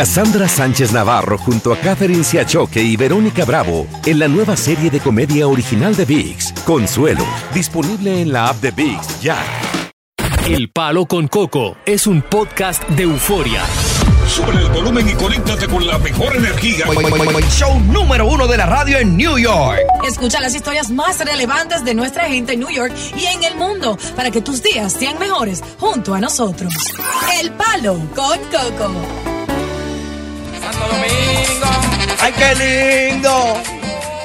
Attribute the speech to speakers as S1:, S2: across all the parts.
S1: Cassandra Sánchez Navarro junto a Catherine Siachoque y Verónica Bravo en la nueva serie de comedia original de VIX, Consuelo, disponible en la app de VIX ya.
S2: El Palo con Coco es un podcast de euforia.
S3: Sube el volumen y conéctate con la mejor energía.
S4: Show número uno de la radio en New York.
S5: Escucha las historias más relevantes de nuestra gente en New York y en el mundo para que tus días sean mejores junto a nosotros. El Palo con Coco.
S6: Santo Domingo.
S4: ¡Ay, qué lindo!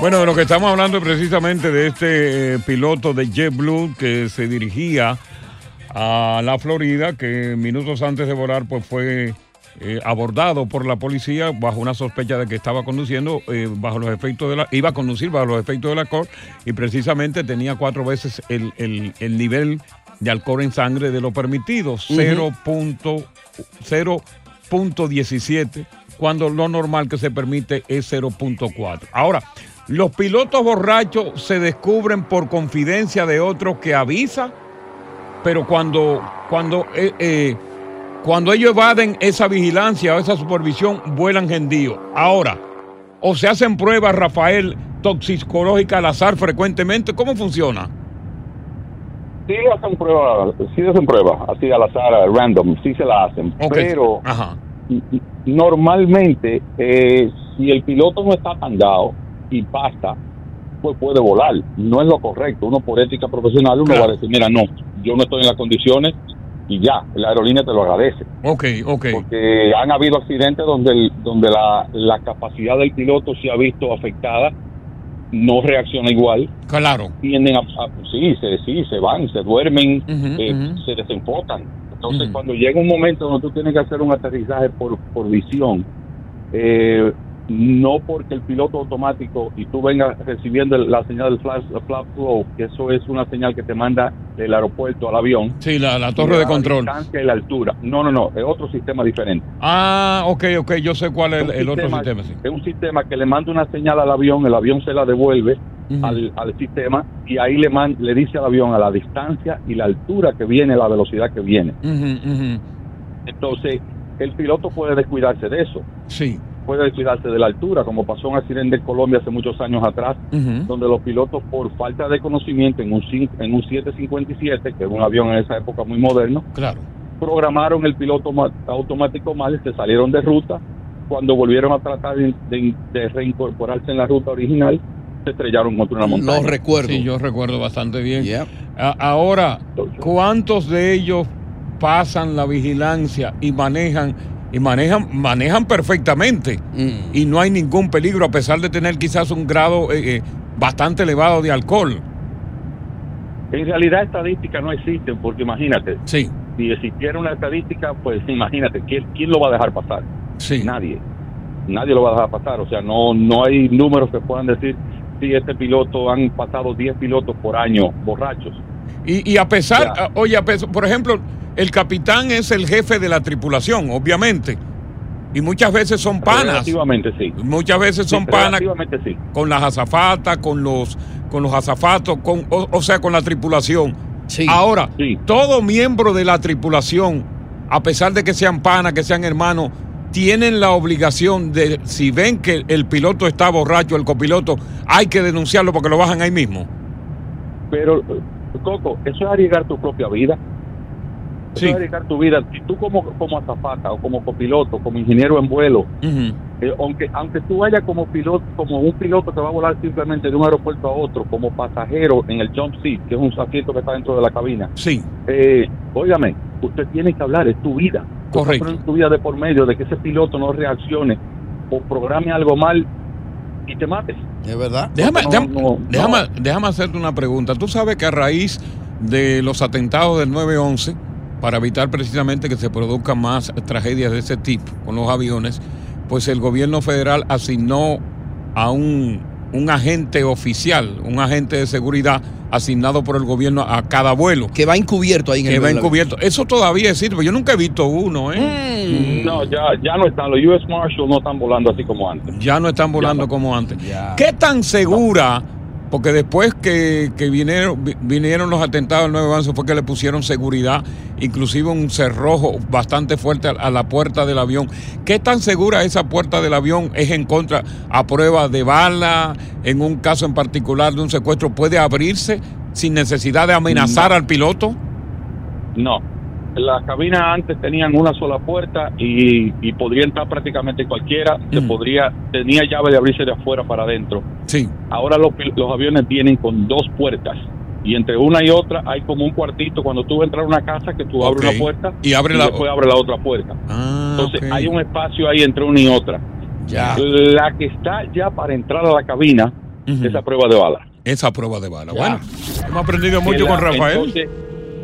S7: Bueno, de lo que estamos hablando es precisamente de este eh, piloto de JetBlue que se dirigía a la Florida, que minutos antes de volar pues fue eh, abordado por la policía bajo una sospecha de que estaba conduciendo eh, bajo los efectos de la iba a conducir bajo los efectos del alcohol y precisamente tenía cuatro veces el, el- el nivel de alcohol en sangre de lo permitido, 0.17, cuando lo normal que se permite es 0.4. Ahora, los pilotos borrachos se descubren por confidencia de otros que avisa, pero cuando, cuando eh, eh, cuando ellos evaden esa vigilancia o esa supervisión, vuelan gendío. Ahora, o se hacen pruebas, Rafael, toxicológicas al azar frecuentemente, ¿cómo funciona?
S8: Sí hacen pruebas, sí hacen pruebas, así al azar, a random, sí se la hacen.
S7: Ok,
S8: Pero
S7: Ajá.
S8: n- n- normalmente, eh, si el piloto no está tangado y pasa, pues puede volar. No es lo correcto. Uno por ética profesional, uno
S7: Claro.
S8: va a decir, mira, no, yo no estoy en las condiciones y ya, la aerolínea te lo agradece.
S7: Ok, ok.
S8: Porque han habido accidentes donde, el- donde la, la capacidad del piloto se ha visto afectada, no reacciona igual
S7: Claro.
S8: tienden a, a- sí, se, sí, se van, se duermen,
S7: Ujú,
S8: eh,
S7: ujú.
S8: se desenfocan. Entonces,
S7: Ujú.
S8: cuando llega un momento donde tú tienes que hacer un aterrizaje por, por visión, eh, no porque el piloto automático y tú vengas recibiendo el- la señal del flash, el flash flow, que eso es una señal que te manda del aeropuerto al avión.
S7: Sí, la, la torre de
S8: la
S7: control.
S8: distancia y la altura. No, no, no, es otro sistema diferente.
S7: Ah, ok, ok, yo sé cuál es el, el otro sistema, sí.
S8: Es un sistema que le manda una señal al avión, el avión se la devuelve
S7: Ujú.
S8: al, al sistema y ahí le, man- le dice al avión a la distancia y la altura que viene, la velocidad que viene.
S7: Ujú, ujú.
S8: Entonces, el piloto puede descuidarse de eso,
S7: Sí.
S8: puede descuidarse de la altura, como pasó un accidente en Colombia hace muchos años atrás,
S7: Ujú.
S8: donde los pilotos por falta de conocimiento en un, cin- en un 757, que era un avión en esa época muy moderno,
S7: Claro.
S8: programaron el piloto ma- automático mal, se salieron de ruta, cuando volvieron a tratar de, de- de reincorporarse en la ruta original, se estrellaron contra una montaña.
S4: Lo recuerdo.
S7: Sí, yo recuerdo bastante bien.
S4: Yeah.
S7: A- ahora,
S8: Entonces-
S7: ¿cuántos de ellos pasan la vigilancia y manejan y manejan manejan perfectamente
S4: Mm.
S7: y no hay ningún peligro a pesar de tener quizás un grado eh, eh, bastante elevado de alcohol?
S8: En realidad estadísticas no existen, porque imagínate,
S7: Sí,
S8: si existiera una estadística, pues imagínate, ¿quién, quién lo va a dejar pasar?
S7: sí.
S8: Nadie. Nadie lo va a dejar pasar. O sea, no, no hay números que puedan decir si este piloto han pasado 10 pilotos por año borrachos.
S7: Y, y a pesar,
S8: Ya.
S7: a- oye, a pesar- por ejemplo, el capitán es el jefe de la tripulación, obviamente. Y muchas veces son panas.
S8: Relativamente sí.
S7: Muchas veces son
S8: Sí,
S7: panas
S8: Relativamente sí.
S7: con las azafatas, con los, con los azafatos, con, o, o sea, con la tripulación.
S4: Sí.
S7: Ahora,
S8: Sí.
S7: todo miembro de la tripulación, a pesar de que sean panas, que sean hermanos, tienen la obligación de, si ven que el piloto está borracho, el copiloto, hay que denunciarlo porque lo bajan ahí mismo.
S8: Pero, eh, Coco, eso es arriesgar tu propia vida. Eso
S7: Sí.
S8: es arriesgar tu vida. Si tú como, como azafata o como copiloto, como ingeniero en vuelo,
S7: Ujú.
S8: Eh, aunque aunque tú vayas como piloto como un piloto que va a volar simplemente de un aeropuerto a otro como pasajero en el jump seat que es un asiento que está dentro de la cabina
S7: Sí,
S8: eh, óigame usted tiene que hablar es tu vida Tú estás
S7: Correcto.
S8: poniendo tu vida de por medio de que ese piloto no reaccione o programe algo mal y te mates
S4: ¿Es verdad?
S7: Déjame,
S8: No,
S7: déjame,
S8: no,
S7: déjame, déjame hacerte una pregunta. Tú sabes que a raíz de los atentados del 9-11, para evitar precisamente que se produzcan más tragedias de ese tipo con los aviones, pues el gobierno federal asignó a un, un agente oficial, un agente de seguridad asignado por el gobierno a cada vuelo,
S4: Que va encubierto ahí en
S7: que
S4: el
S7: va
S4: medio de
S7: encubierto. Eso todavía sirve. Yo nunca he visto uno,
S4: la
S7: ¿eh?
S4: avión.
S8: no ya ya no están los U.S. Marshals no están volando así como antes
S7: Ya no están volando como antes.
S4: Ya.
S7: ¿Qué tan segura Porque después que, que vinieron, vi- vinieron los atentados del 9 de marzo fue que le pusieron seguridad, inclusive un cerrojo bastante fuerte a, a la puerta del avión. ¿Qué tan segura esa puerta del avión es en contra a prueba de bala, en un caso en particular de un secuestro? ¿Puede abrirse sin necesidad de amenazar al piloto?
S8: No. Las cabinas antes tenían una sola puerta y, y podría entrar prácticamente cualquiera. Se
S7: Mm.
S8: podría, tenía llave de abrirse de afuera para adentro.
S7: Sí.
S8: Ahora los, pil- los aviones vienen con dos puertas y entre una y otra hay como un cuartito. Cuando tú entras a una casa que tú abres
S7: Ok.
S8: una puerta
S7: Y abre la-
S8: después abre la otra puerta.
S7: Ah,
S8: Entonces
S7: ok.
S8: hay un espacio ahí entre una y otra.
S7: Ya.
S8: La que está ya para entrar a la cabina
S7: Ujú.
S8: es la prueba de bala.
S7: Esa prueba de bala.
S8: Ya.
S7: Bueno, hemos aprendido mucho
S8: Que la-
S7: con Rafael.
S8: entonces,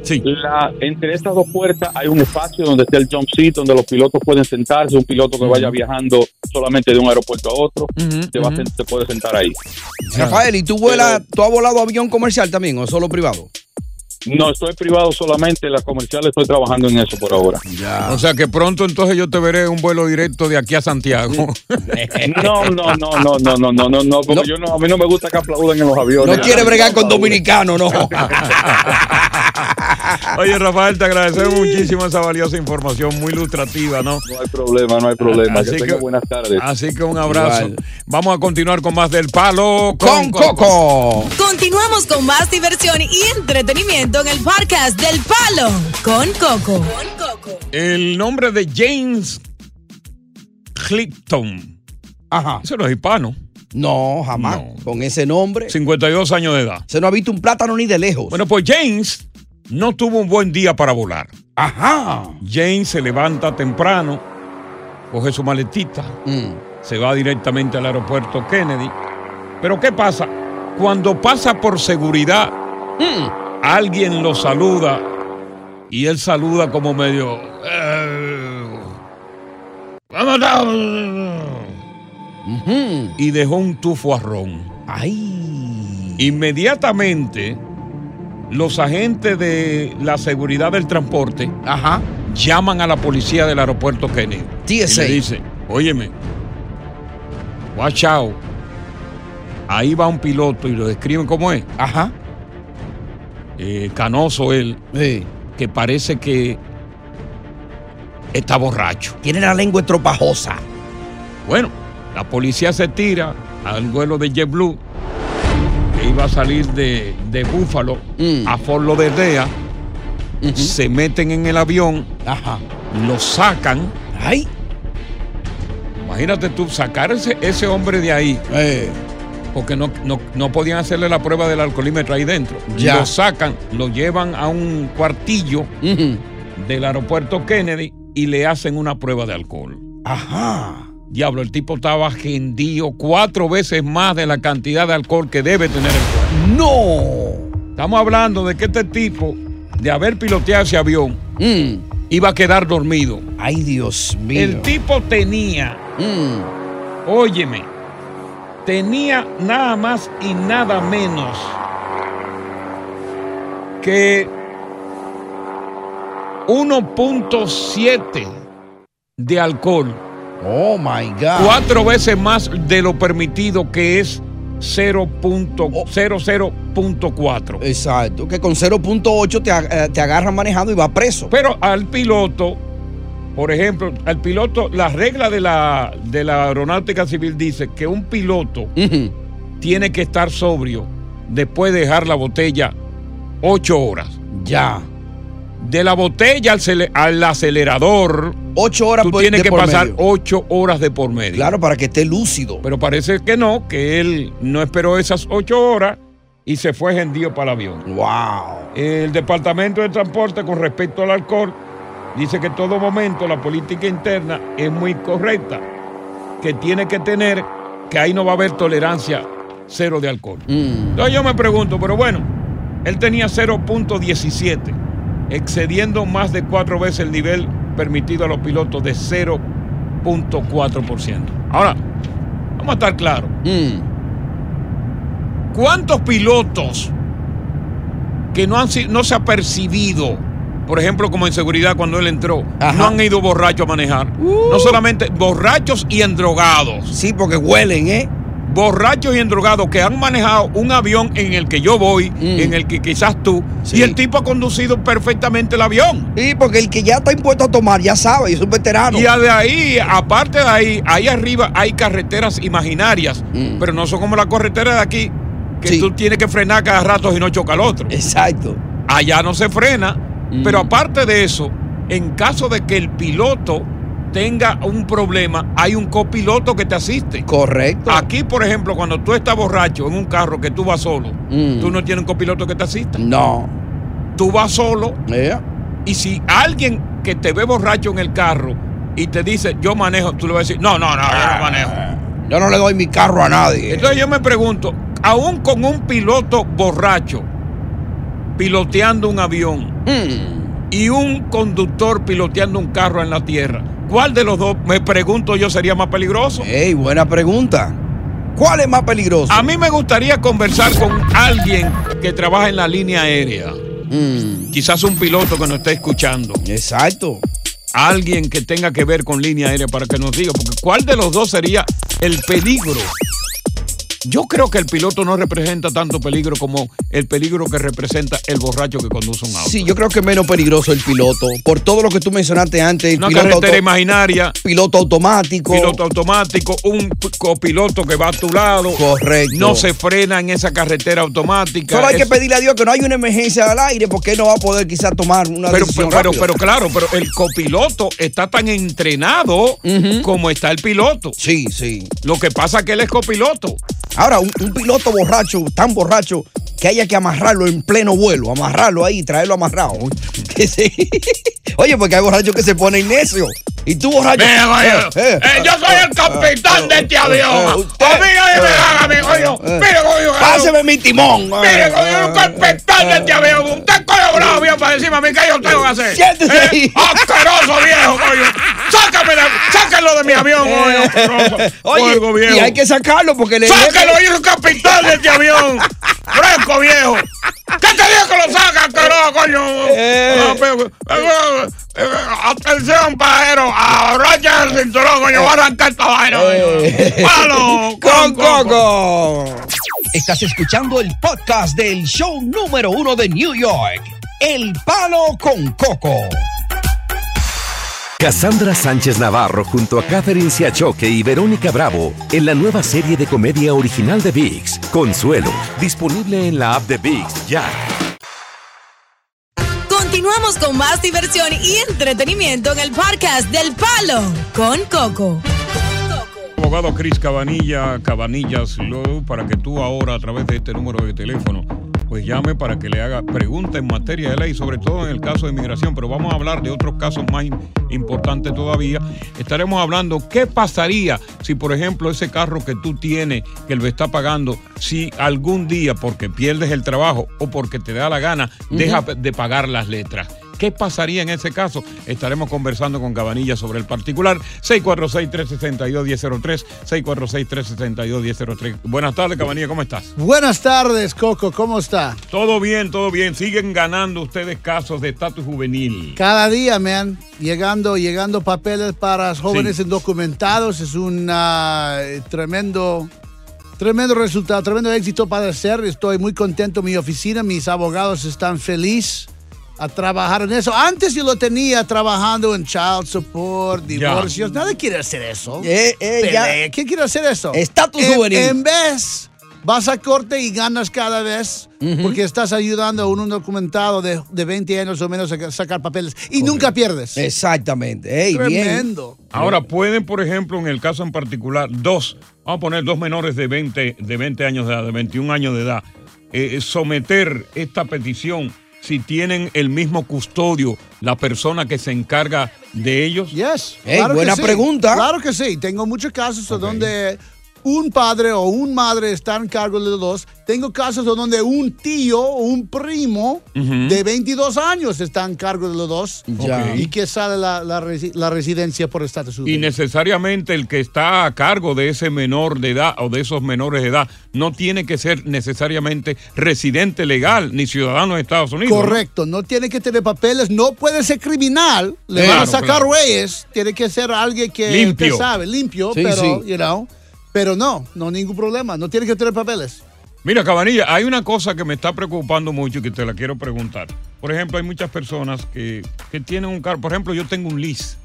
S7: sí.
S8: la- entre estas dos puertas hay un espacio donde está el jump seat, donde los pilotos pueden sentarse. Un piloto que vaya viajando solamente de un aeropuerto a otro
S7: Ujú,
S8: se, va a
S7: ujú.
S8: sen- se puede sentar ahí.
S7: Ya.
S4: Rafael, ¿y tú, vuelas, tú has volado avión comercial también o solo privado?
S8: No estoy privado solamente, las comerciales estoy trabajando en eso por ahora.
S4: Ya.
S7: O sea que pronto entonces yo te veré en un vuelo directo de aquí a Santiago.
S8: No, no, no, no, no, no, no, no, no, porque
S4: No.
S8: yo no, a mí no me gusta que aplaudan en los aviones.
S4: No quiere bregar con dominicano, no.
S7: Oye, Rafael, te agradecemos muchísimo esa valiosa información, muy ilustrativa, ¿no?
S8: No hay problema, no hay problema.
S7: Así
S8: que
S7: que-
S8: tenga buenas tardes.
S7: Así que un abrazo.
S4: Igual.
S7: Vamos a continuar con más del palo
S4: Con Coco.
S5: Continuamos con más diversión y entretenimiento en el podcast del Palo con Coco.
S7: El nombre de James Clifton.
S4: Ajá.
S7: Ese no es hispano.
S4: No, jamás.
S7: No.
S4: Con ese nombre.
S7: 52 años de edad.
S4: Se no ha visto un plátano ni de lejos.
S7: Bueno, pues James no tuvo un buen día para volar.
S4: Ajá.
S7: James se levanta temprano, coge su maletita,
S4: Mm.
S7: se va directamente al aeropuerto Kennedy. Pero ¿qué pasa? Cuando pasa por seguridad,
S4: Mm.
S7: alguien lo saluda y él saluda como medio... "Eh, vamos a-".
S4: Ujú.
S7: Y dejó un tufo a ron.
S4: Ay.
S7: Inmediatamente, los agentes de la seguridad del transporte
S4: Ajá.
S7: llaman a la policía del aeropuerto Kennedy.
S4: TSA.
S7: Y le dice, óyeme, watch out. Ahí va un piloto y lo describen como es.
S4: Ajá.
S7: eh, canoso él,
S4: Sí.
S7: que parece que está borracho.
S4: Tiene la lengua estropajosa.
S7: Bueno, la policía se tira al vuelo de JetBlue, que iba a salir de, de Búfalo
S4: Mm.
S7: a Fort Lauderdale. Se meten en el avión,
S4: Ajá.
S7: lo sacan.
S4: Ay.
S7: Imagínate tú, sacar ese, ese hombre de ahí.
S4: Eh.
S7: porque no, no- no podían hacerle la prueba del alcoholímetro ahí dentro.
S4: Ya.
S7: Lo sacan, lo llevan a un cuartillo
S4: Ujú.
S7: del aeropuerto Kennedy y le hacen una prueba de alcohol.
S4: Ajá.
S7: Diablo, el tipo estaba gendido cuatro veces más de la cantidad de alcohol que debe tener el cuerpo.
S4: No.
S7: Estamos hablando de que este tipo, de haber piloteado ese avión,
S4: Mm.
S7: iba a quedar dormido.
S4: Ay, Dios mío.
S7: El tipo tenía
S4: Mm.
S7: Óyeme, tenía nada más y nada menos que 1.7 de alcohol,
S4: Oh my God.
S7: cuatro veces más de lo permitido que es 0.00.4.
S4: Exacto. Que con 0.8 te, ag- eh, te agarran manejando y va preso.
S7: Pero al piloto, por ejemplo, al piloto, la regla de la, de la aeronáutica civil dice que un piloto
S4: Ujú.
S7: tiene que estar sobrio después de dejar la botella ocho horas.
S4: Ya.
S7: De la botella al, cele- al acelerador,
S4: Ocho horas
S7: tú
S4: por-
S7: tienes
S4: de
S7: que
S4: por
S7: pasar
S4: medio.
S7: ocho horas de por medio.
S4: Claro, para que esté lúcido.
S7: Pero parece que no, que él no esperó esas ocho horas y se fue gentío para el avión.
S4: Wow.
S7: El Departamento de Transporte con respecto al alcohol dice que en todo momento la política interna es muy correcta, que tiene que tener, que ahí no va a haber tolerancia cero de alcohol.
S4: Mm.
S7: Entonces yo me pregunto, pero bueno, él tenía 0.17, excediendo más de cuatro veces el nivel permitido a los pilotos de 0.4%. Ahora, vamos a estar claros,
S4: Mm.
S7: ¿cuántos pilotos que no, han, si- no se ha percibido, por ejemplo, como en seguridad cuando él entró,
S4: Ajá. Uh.
S7: no han ido borrachos a manejar? No solamente borrachos y endrogados.
S4: Sí, porque huelen, ¿eh?
S7: borrachos y endrogados que han manejado un avión en el que yo voy, en el que quizás tú,
S4: Mm. Sí.
S7: y el tipo ha conducido perfectamente el avión.
S4: Sí, porque el que ya está impuesto a tomar ya sabe, es un veterano.
S7: Y a de ahí, aparte de ahí, ahí arriba hay carreteras imaginarias,
S4: Mm.
S7: pero no son como la carretera de aquí, que
S4: Sí.
S7: tú tienes que frenar cada rato y no choca al otro.
S4: Exacto.
S7: Allá no se frena,
S4: Mm.
S7: pero aparte de eso, en caso de que el piloto tenga un problema, hay un copiloto que te asiste.
S4: Correcto.
S7: Aquí, por ejemplo, cuando tú estás borracho en un carro que tú vas solo,
S4: Mm.
S7: tú no tienes un copiloto que te asista.
S4: No.
S7: Tú vas solo
S4: Eh,
S7: y si alguien que te ve borracho en el carro y te dice, yo manejo, tú le vas a decir, no, no, no, yo no manejo.
S4: Ah, Yo no le doy mi carro a nadie.
S7: Entonces yo me pregunto, aún con un piloto borracho piloteando un avión
S4: Mm.
S7: y un conductor piloteando un carro en la tierra, ¿cuál de los dos, me pregunto yo, sería más peligroso?
S4: Ey, buena pregunta. ¿Cuál es más peligroso?
S7: A mí me gustaría conversar con alguien que trabaja en la línea aérea.
S4: Mm.
S7: Quizás un piloto que nos esté escuchando.
S4: Exacto.
S7: alguien que tenga que ver con línea aérea para que nos diga, porque ¿cuál de los dos sería el peligro? Yo creo que el piloto no representa tanto peligro como el peligro que representa el borracho que conduce un auto.
S4: Sí, yo creo que es menos peligroso el piloto. Por todo lo que tú mencionaste antes, el
S7: Una
S4: piloto,
S7: carretera
S4: auto-
S7: imaginaria,
S4: piloto automático.
S7: piloto automático, un p- copiloto que va a tu lado.
S4: Correcto.
S7: No se frena en esa carretera automática.
S4: Solo hay que
S7: Es-
S4: pedirle a Dios que no hay una emergencia al aire porque él no va a poder quizás tomar una
S7: pero,
S4: decisión
S7: pero, pero,
S4: rápida.
S7: pero claro, pero el copiloto está tan entrenado como está el piloto.
S4: Sí, sí.
S7: Lo que pasa es que él es copiloto.
S4: Ahora, un, un piloto borracho, tan borracho, que haya que amarrarlo en pleno vuelo, amarrarlo ahí, traerlo amarrado. Que se- Oye, porque hay borrachos que se ponen necios. Y tú borracho.
S7: Mira, coño,
S4: Eh, eh,
S7: eh, yo soy el capitán de este
S4: eh,
S7: avión.
S4: usted-
S7: Amigo, dime,
S4: eh,
S7: hágame, coño.
S4: eh,
S7: Mire, coño,
S4: Páseme mi timón. eh,
S7: Mire, coño, yo soy el capitán de este avión. Usted, coño, bravo, bien para encima. A mí, ¿qué yo tengo que hacer?
S4: Siéntese
S7: Eh,
S4: ahí.
S7: Asqueroso, viejo, coño. Sácame de, sáquenlo de mi avión, coño. asqueroso.
S4: Eh, Oye,
S7: Puerco viejo.
S4: y hay que sacarlo porque le
S7: Sáquenlo, yo soy el capitán de este avión. Fresco, viejo. ¿Qué te digo que lo saca, asqueroso, coño?
S4: Eh.
S7: Ah, pero, eh, eh, eh, Atención, pajero. Abrocha el cinturón, coño. Voy a arrancar esta vaina.
S4: Eh.
S7: coño. Palo.
S4: Con Coco.
S9: Estás escuchando el podcast del show número uno de New York, El Palo con Coco.
S1: Cassandra Sánchez Navarro junto a Catherine Siachoque y Verónica Bravo en la nueva serie de comedia original de VIX, Consuelo, disponible en la app de VIX ya.
S5: Continuamos con más diversión y entretenimiento en el podcast del Palo con Coco.
S7: Abogado Cris Cabanilla, Cabanillas Law, para que tú ahora a través de este número de teléfono, pues llame para que le haga preguntas en materia de ley, sobre todo en el caso de inmigración, pero vamos a hablar de otros casos más im- importantes todavía. Estaremos hablando qué pasaría si, por ejemplo, ese carro que tú tienes, que lo está pagando, si algún día, porque pierdes el trabajo o porque te da la gana, deja de pagar las letras. ¿Qué pasaría en ese caso? Estaremos conversando con Cabanilla sobre el particular. 646-362-1003. 646-362-1003. Buenas tardes, Cabanilla, ¿cómo estás?
S10: Buenas tardes, Coco, ¿cómo está?
S7: Todo bien, todo bien. Siguen ganando ustedes casos de estatus juvenil.
S10: Cada día, man, llegando, llegando papeles para jóvenes
S7: Sí.
S10: indocumentados es un ah, tremendo, tremendo resultado, tremendo éxito para hacer. Estoy muy contento, mi oficina, mis abogados están felices a trabajar en eso. Antes yo lo tenía trabajando en child support,
S7: Ya.
S10: divorcios, nadie quiere hacer eso.
S4: Eh, eh, ya.
S10: Pelea. ¿Quién quiere hacer eso?
S4: Estatus
S10: En-
S4: juvenil.
S10: En vez, vas a corte y ganas cada vez porque estás ayudando a un documentado de, de 20 años o menos a ca- sacar papeles y nunca pierdes.
S4: Exactamente. Ey, bien.
S10: Tremendo.
S7: Ahora, pueden, por ejemplo, en el caso en particular, dos, vamos a poner dos menores de 20, de 20 años de edad, de 21 años de edad, eh, someter esta petición si tienen el mismo custodio, la persona que se encarga de ellos.
S10: Yes.
S4: Ey,
S10: que
S4: buena
S10: sí.
S4: pregunta.
S10: Claro que sí. Tengo muchos casos donde un padre o una madre está en cargo de los dos. Tengo casos donde un tío o un primo de 22 años está en cargo de los dos
S4: Ya.
S10: y que sale la, la resi- la residencia por estatus
S7: Y
S10: juvenil.
S7: necesariamente el que está a cargo de ese menor de edad o de esos menores de edad no tiene que ser necesariamente residente legal ni ciudadano de Estados Unidos. ¿no?
S10: Correcto, no tiene que tener papeles, no puede ser criminal, le
S7: Claro,
S10: van a sacar
S7: claro.
S10: reyes, tiene que ser alguien que
S7: Limpio.
S10: usted sabe, limpio,
S4: Sí,
S10: pero,
S4: sí.
S10: you know, Pero no, no ningún problema. No tiene que tener papeles.
S7: Mira, Cabanilla, hay una cosa que me está preocupando mucho y que te la quiero preguntar. Por ejemplo, hay muchas personas que, que tienen un carro. Por ejemplo, yo tengo un lease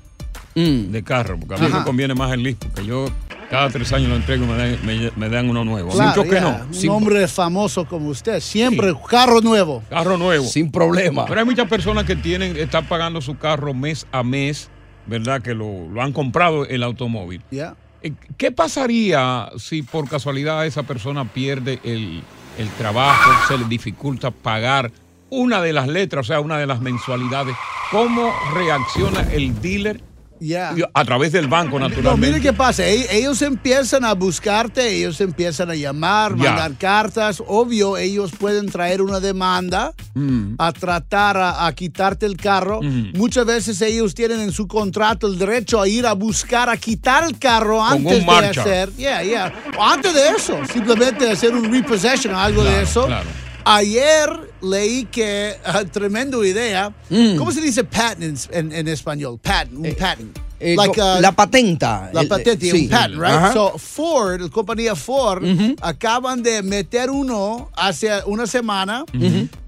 S7: de carro, porque a mí
S10: Mm. Ajá.
S7: me conviene más el lease, porque yo cada tres años lo entrego y me dan, me- me dan uno nuevo.
S10: Claro,
S7: Muchos que
S10: yeah.
S7: no.
S10: Un
S7: Sin-
S10: hombre famoso como usted, siempre carro nuevo.
S7: Carro nuevo.
S10: Sin problema.
S7: Pero hay muchas personas que tienen, están pagando su carro mes a mes, ¿verdad? Que lo, lo han comprado el automóvil.
S10: Ya.
S7: Eh, ¿Qué pasaría si por casualidad esa persona pierde el, el trabajo, se le dificulta pagar una de las letras, o sea, una de las mensualidades? ¿Cómo reacciona el dealer
S10: Ya.
S7: Y a través del banco,
S10: Ah. No, mire
S7: naturalmente?
S10: qué pasa. e- Ellos empiezan a buscarte, ellos empiezan a llamar,
S7: Ya.
S10: mandar cartas. Obvio, ellos pueden traer una demanda
S7: Mm.
S10: a tratar a, a quitarte el carro.
S7: Ujú.
S10: Muchas veces ellos tienen en su contrato el derecho a ir a buscar a quitar el carro antes de
S7: marcha.
S10: hacer. Yeah, yeah. O Antes de eso, simplemente hacer un repossession o algo de
S7: Claro,
S10: eso.
S7: claro.
S10: Ayer leí que, ah, tremendo idea,
S7: Mm.
S10: ¿cómo se dice patents en, en español? Patent, un patent.
S4: Eh,
S10: Like,
S4: co-
S10: ah,
S4: la patenta.
S10: la
S4: El-
S10: patente,
S4: sí.
S10: un patent, right?
S4: Ajá.
S10: So Ford, la compañía Ford, acaban de meter uno hace una semana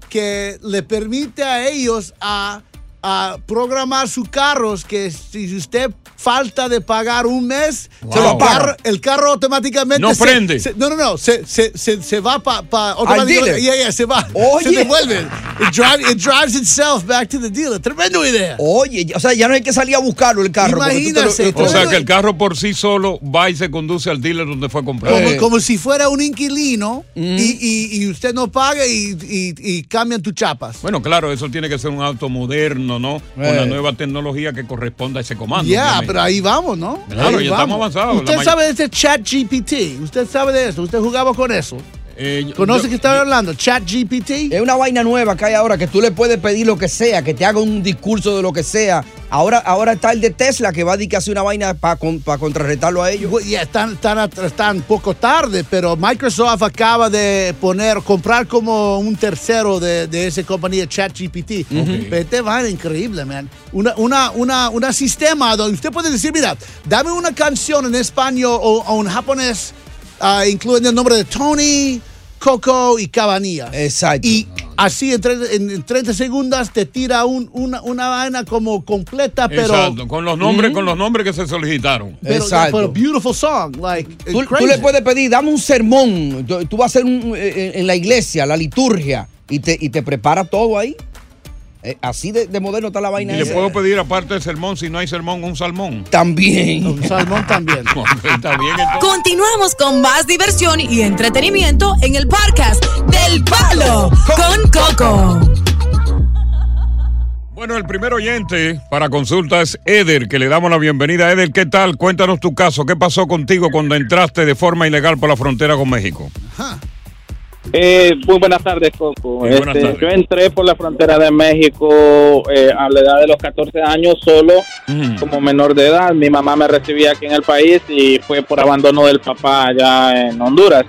S10: que le permite a ellos a, a programar sus carros que si usted falta de pagar un mes,
S7: Wow.
S10: se lo apaga. el carro automáticamente
S7: No
S10: se-
S7: prende.
S10: se- no, no, no, se, se, se, se va para pa,
S4: dealer.
S10: automáticamente. Yeah, yeah, se va.
S4: Oye.
S10: Se devuelve. It, drive- it drives itself back to the dealer. Tremendo idea.
S4: Oye, ya- o sea, ya no hay que salir a buscarlo el carro. porque tú te lo-
S10: Imagínese,
S4: lo-
S10: tú
S7: O sea,
S10: Pero-
S7: que el carro por sí solo va y se conduce al dealer donde fue comprado.
S10: Como,
S4: Eh. Mm.
S10: como si fuera un inquilino y, y- y usted no paga y, y- y cambian tus chapas.
S7: Bueno, claro, eso tiene que ser un auto moderno, ¿no? Con la nueva tecnología que corresponda a ese
S10: Eh. Ya,
S7: comando. obviamente.
S10: pero ahí vamos, ¿no?
S7: Claro,
S10: Ahí vamos.
S7: ya estamos avanzados. La
S10: Usted
S7: may-
S10: sabe de este chat GPT, usted sabe de eso, usted jugaba con eso.
S7: Eh, yo-
S10: ¿Conoce
S7: yo-
S10: que estaba hablando? Chat GPT.
S4: Es una vaina nueva que hay ahora que tú le puedes pedir lo que sea, que te haga un discurso de lo que sea. Ahora, ahora está el de Tesla que va a decir que hace una vaina para contrarrestarlo a ellos.
S10: Bueno, Ya están, están, atr- están poco tarde, pero Microsoft acaba de poner, comprar como un tercero de, de esa compañía ChatGPT. Pero Este va increíble, man. Una, una, una, una sistema donde usted puede decir, mira, dame una canción en español o, o en japonés, ah, incluyendo el nombre de Tony, Coco y Cabanilla.
S4: Exacto.
S10: Y así en, tre- en- en 30 segundos te tira un- una, una vaina como completa, pero... Mm.
S7: Exacto, con los nombres, con los nombres que se solicitaron.
S10: Pero,
S4: Exacto.
S10: pero beautiful song, like
S4: Tú, tú
S10: crazy.
S4: le puedes pedir, dame un sermón. Tú, tú vas a hacer un, eh, en la iglesia, la liturgia, y te, y te prepara todo ahí. Eh, así de, de moderno está la
S7: Y
S4: vaina.
S7: le
S4: esa.
S7: puedo pedir, aparte del sermón, si no hay sermón, un salmón.
S4: También.
S10: Un salmón también.
S7: No, Está bien, entonces.
S5: Continuamos con más diversión y entretenimiento en el podcast del Palo con Coco.
S7: Bueno, el primer oyente para consulta es Eder, que le damos la bienvenida. Eder, ¿qué tal? Cuéntanos tu caso. ¿Qué pasó contigo cuando entraste de forma ilegal por la frontera con México?
S6: Eh, muy buenas tardes, Coco.
S7: Muy buenas
S6: Este,
S7: tardes.
S6: Yo entré por la frontera de México eh, a la edad de los 14 años solo,
S7: Mm.
S6: como menor de edad. Mi mamá me recibía aquí en el país y fue por abandono del papá allá en Honduras.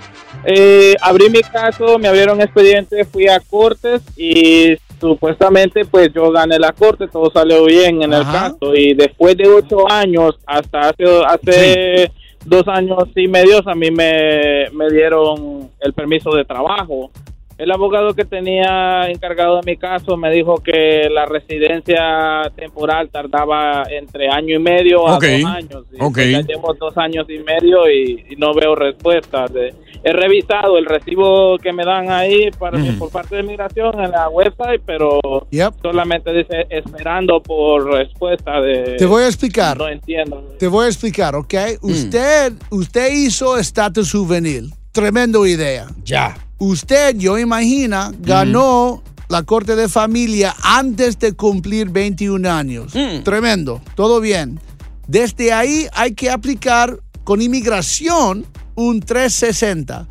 S6: Eh, abrí mi caso, me abrieron expediente, fui a cortes y supuestamente pues yo gané la corte, todo salió bien en
S10: Ajá.
S6: el caso y después de ocho años hasta hace, hace dos años y medios a mí me, me dieron el permiso de trabajo. El abogado que tenía encargado de mi caso me dijo que la residencia temporal tardaba entre año y medio a
S7: Ok,
S6: dos años. Y
S7: ok.
S6: Ya llevo dos años y medio y, y no veo respuesta. De- He revisado el recibo que me dan ahí para,
S7: Ujú.
S6: por parte de migración en la website, pero
S10: Yep.
S6: solamente dice esperando por respuesta de...
S10: Te voy a explicar.
S6: No entiendo.
S10: Te voy a explicar, ¿ok? Usted, usted hizo estatus juvenil. Tremendo idea.
S4: Ya.
S10: Usted, yo imagino, ganó la corte de familia antes de cumplir 21 años. Tremendo. Todo bien. Desde ahí hay que aplicar con inmigración un 360.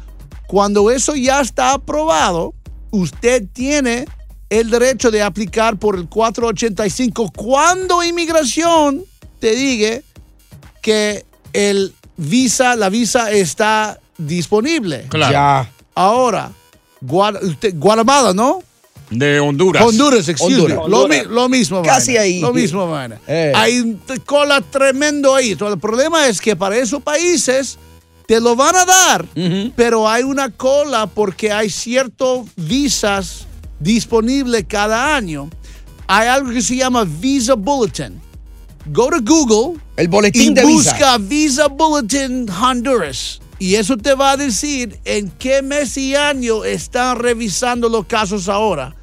S10: Cuando eso ya está aprobado, usted tiene el derecho de aplicar por el 485 cuando inmigración te diga que el visa, la visa está disponible.
S7: Claro.
S4: Ya.
S10: Ahora, Gua- usted- Guatemala, ¿no?
S7: De Honduras.
S10: Honduras, excuse me.
S4: Honduras.
S10: Lo, mi- lo mismo,
S4: Casi
S10: vaina.
S4: ahí.
S10: Lo mismo, vaina.
S4: Eh.
S10: Hay un t- cola tremendo ahí. Todo el problema es que para esos países te lo van a dar, pero hay una cola porque hay ciertos visas disponibles cada año. Hay algo que se llama Visa Bulletin. Go to Google.
S4: El boletín
S10: y
S4: de visa.
S10: busca Visa Bulletin Honduras. Y eso te va a decir en qué mes y año están revisando los casos ahora.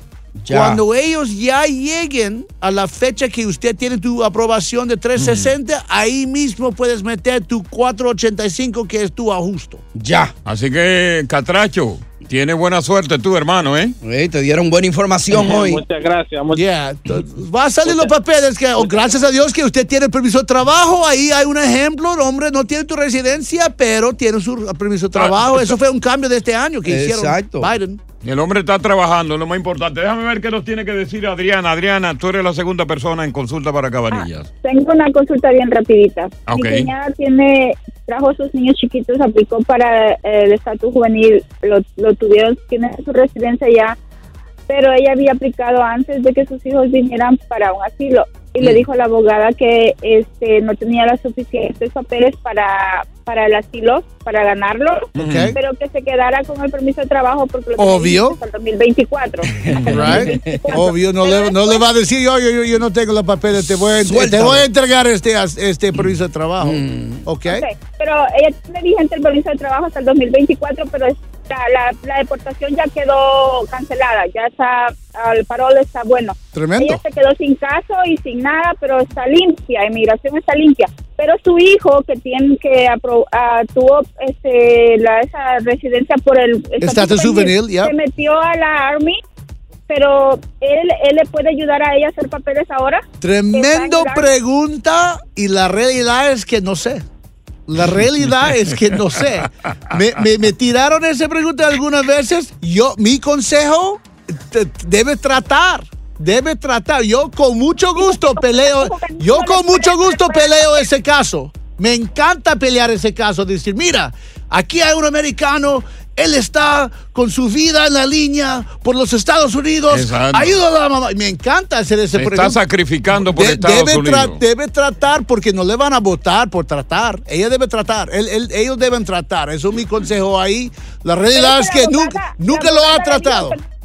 S4: Ya.
S10: Cuando ellos ya lleguen a la fecha que usted tiene tu aprobación de 360, ahí mismo puedes meter tu 485 que es tu ajusto.
S4: Ya.
S7: Así que, Catracho, tienes buena suerte tú, hermano, ¿eh?
S4: te dieron buena información hoy.
S8: Muchas gracias. muchas-
S10: Yeah. t- Va a salir los papeles que, o gracias a Dios que usted tiene permiso de trabajo, ahí hay un ejemplo, el hombre no tiene tu residencia, pero tiene su permiso de trabajo. Eso fue un cambio de este año que
S4: Exacto.
S10: hicieron Biden.
S7: El hombre está trabajando, es lo más importante. Déjame ver qué nos tiene que decir Adriana. Adriana, tú eres la segunda persona en consulta para Cabanillas.
S4: Ah,
S11: Tengo una consulta bien rapidita.
S7: Ok.
S11: Mi cuñada tiene, trajo sus niños chiquitos, aplicó para eh, el estatus juvenil, lo, lo tuvieron, tiene su residencia ya, pero ella había aplicado antes de que sus hijos vinieran para un asilo y
S10: Mm.
S11: le dijo a la abogada que este no tenía los suficientes papeles para, para el asilo, para ganarlo,
S10: Ok.
S11: pero que se quedara con el permiso de trabajo porque lo
S10: Obvio.
S11: tenía hasta el 2024. Hasta el
S10: Right.
S11: 2024.
S10: Obvio, no le, no le va a decir, yo, yo, yo, yo no tengo los papeles, te voy a, entre- te
S4: Suéltame.
S10: voy a entregar este, as- este permiso de trabajo. Ok.
S11: Ok, Pero ella tiene vigente el permiso de trabajo hasta el 2024, pero es- la, la- la deportación ya quedó cancelada, ya está, ah, el parol está bueno.
S10: Tremendo.
S11: Ella se quedó sin caso y sin nada, pero está limpia, inmigración está limpia. Pero su hijo que tiene que apro- ah, tuvo este, la, esa residencia por el
S10: Estatus juvenil, ya.
S11: se metió a la Army, pero él, él le puede ayudar a ella a hacer papeles ahora.
S10: Tremendo
S11: Exacto.
S10: pregunta y la realidad es que no sé. La realidad es que no sé. Me, me- me tiraron esa pregunta algunas veces. Yo, mi consejo, te- debe tratar. Debe tratar. Yo con mucho gusto peleo. Yo con mucho gusto peleo ese caso. Me encanta pelear ese caso. Decir, mira, aquí hay un americano. Él está con su vida en la línea por los Estados Unidos.
S7: Exacto.
S10: Ayúdalo a la mamá. Me encanta hacer ese
S7: Se está
S10: pregunta.
S7: sacrificando por
S10: De-
S7: Estados
S10: debe, tra-
S7: Unidos.
S10: debe tratar porque no le van a votar por tratar. Ella debe tratar. Él- él- ellos deben tratar. Eso es mi consejo ahí. La realidad es que
S11: Pero la
S10: nunca,
S11: abogada-
S10: nunca
S11: la
S10: lo ha
S11: abogada le dijo
S10: tratado.
S11: que-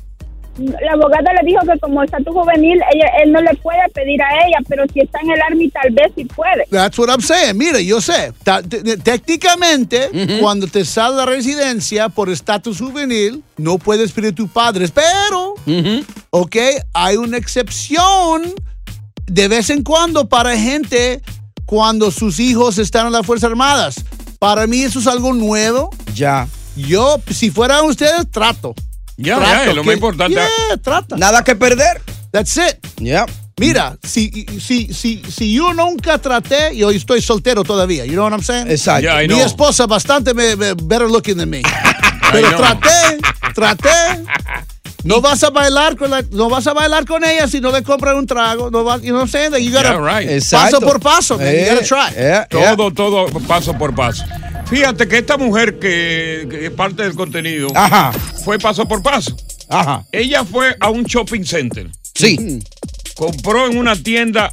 S11: La abogada le dijo que como está tu juvenil, ella, él no le puede pedir a ella, pero si está en el Army tal vez sí puede.
S10: That's what I'm saying. Mire, yo sé. Ta- te- te- Técnicamente, cuando te sale la residencia por estatus juvenil, no puedes pedir a tus padres, pero, ok, hay una excepción de vez en cuando para gente cuando sus hijos están en las Fuerzas Armadas. Para mí eso es algo nuevo.
S4: Ya.
S10: Yo, si fueran ustedes, trato.
S7: Ya,
S10: Trato,
S7: ya, es lo
S10: que-
S7: más importante.
S10: Yeah, trata.
S4: Nada que perder.
S10: That's it.
S4: Ya.
S10: Mira, si, si, si, si yo nunca traté, yo estoy soltero todavía. You know what I'm saying?
S4: Exacto.
S7: Ya, I
S10: Mi
S7: know.
S10: esposa bastante me, me- better looking than me. Pero
S7: know.
S10: traté, traté. No vas a bailar con la- no vas a bailar con ella si no le compras un trago. No vas, you know what I'm saying? That You gotta-
S7: Yeah, right.
S4: Exacto.
S10: Paso por paso, man. You
S4: Eh,
S10: gotta try.
S4: eh, eh.
S7: Todo, todo, paso por paso. Fíjate que esta mujer que, que es parte del contenido
S4: Ajá.
S7: fue paso por paso.
S4: Ajá.
S7: Ella fue a un shopping center,
S4: Sí.
S7: compró en una tienda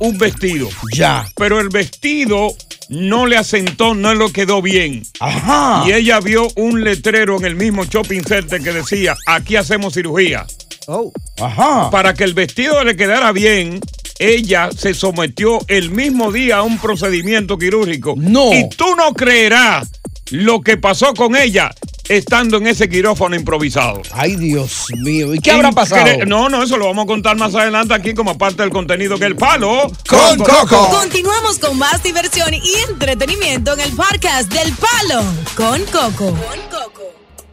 S7: un vestido,
S4: Ya.
S7: pero el vestido no le asentó, no le quedó bien.
S4: Ajá.
S7: Y ella vio un letrero en el mismo shopping center que decía, aquí hacemos cirugía.
S10: Oh.
S4: Ajá.
S7: Para que el vestido le quedara bien, ella se sometió el mismo día a un procedimiento quirúrgico.
S4: No.
S7: Y tú no creerás lo que pasó con ella estando en ese quirófano improvisado.
S4: Ay, Dios mío. ¿Y qué habrá
S7: Incre-
S4: pasado?
S7: No, no, eso lo vamos a contar más adelante aquí como parte del contenido que el palo.
S4: Con Coco.
S5: Continuamos con más diversión y entretenimiento en el podcast del Palo con Coco.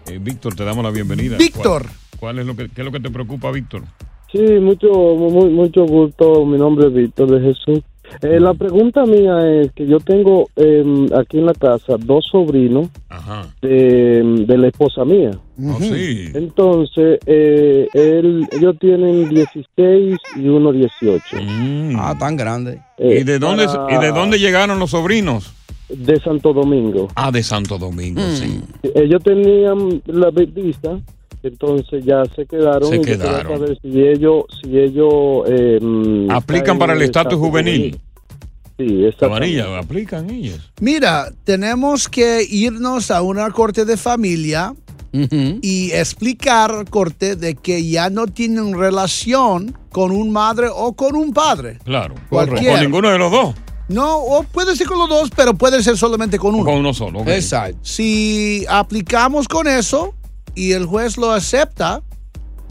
S7: Eh, Víctor, te damos la bienvenida.
S10: Víctor.
S7: ¿Cuál, cuál es lo que, ¿Qué es lo que te preocupa, Víctor?
S8: Sí, mucho, mu- mucho gusto. Mi nombre es Víctor de Jesús. Eh, la pregunta mía es que yo tengo em, aquí en la casa dos sobrinos
S7: Ajá.
S8: de, em, de la esposa mía.
S7: Oh, sí.
S8: Entonces, eh, él, ellos tienen 16 y uno 18.
S7: Mm.
S4: Ah, tan grande.
S8: Eh,
S7: ¿Y, de dónde,
S8: para-
S7: ¿Y de dónde llegaron los sobrinos?
S8: De Santo Domingo.
S7: Ah, de Santo
S4: Mm.
S7: Domingo, sí.
S8: Ellos tenían mm, la vista, entonces ya se quedaron.
S7: Se
S8: y yo quería
S7: quedaron.
S8: saber si ellos, si ellos em,
S7: Aplican para el
S8: caen en
S7: estatus juvenil.
S8: Sí,
S7: La varilla, aplican ellos.
S10: Mira, tenemos que irnos a una corte de familia y explicar al corte de que ya no tienen relación con un madre o con un padre.
S7: Claro.
S10: Cualquiera.
S7: Con ninguno de los dos.
S10: No, o puede ser con los dos, pero puede ser solamente con uno.
S7: Con uno solo. ok.
S4: Exacto.
S10: Si aplicamos con eso y el juez lo acepta,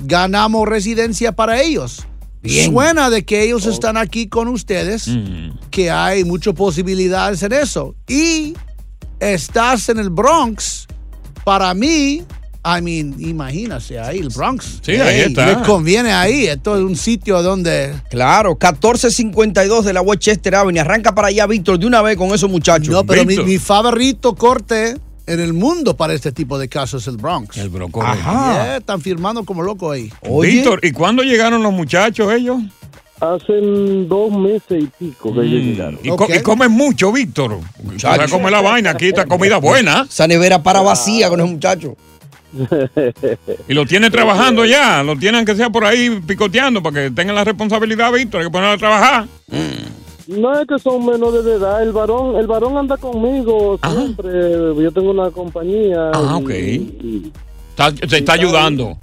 S10: ganamos residencia para ellos.
S4: Bien.
S10: Suena de que ellos están aquí con ustedes, que hay muchas posibilidades en eso. Y estás en el Bronx, para mí, I mean, imagínese ahí, el Bronx.
S7: Sí, ahí está.
S10: Les conviene ahí, esto es un sitio donde...
S4: Claro, 1452 de la Westchester Avenue. Arranca para allá, Víctor, de una vez con esos muchachos.
S10: No, pero mi,
S7: Víctor.
S10: mi favorito corte en el mundo para este tipo de casos es el Bronx.
S7: El broco.
S4: Ajá.
S10: Yeah, están firmando como loco ahí.
S4: Oye,
S7: Víctor, ¿y cuándo llegaron los muchachos ellos?
S8: Hacen dos meses y pico que ellos llegaron.
S7: Mm, Y, co-
S10: Ok.
S7: y comen mucho, Víctor. O sea, come la vaina, aquí está comida buena.
S4: esa nevera para vacía con esos muchachos.
S7: Y lo tiene trabajando ya. Lo tienen que sea por ahí picoteando para que tengan la responsabilidad, Víctor. Hay que ponerlo a trabajar.
S8: No es que son menores de edad, el varón, el varón anda conmigo
S7: Ajá.
S8: siempre. Yo tengo una compañía.
S7: Ah,
S8: y-
S7: ok.
S8: y-
S7: Está- se está ayudando.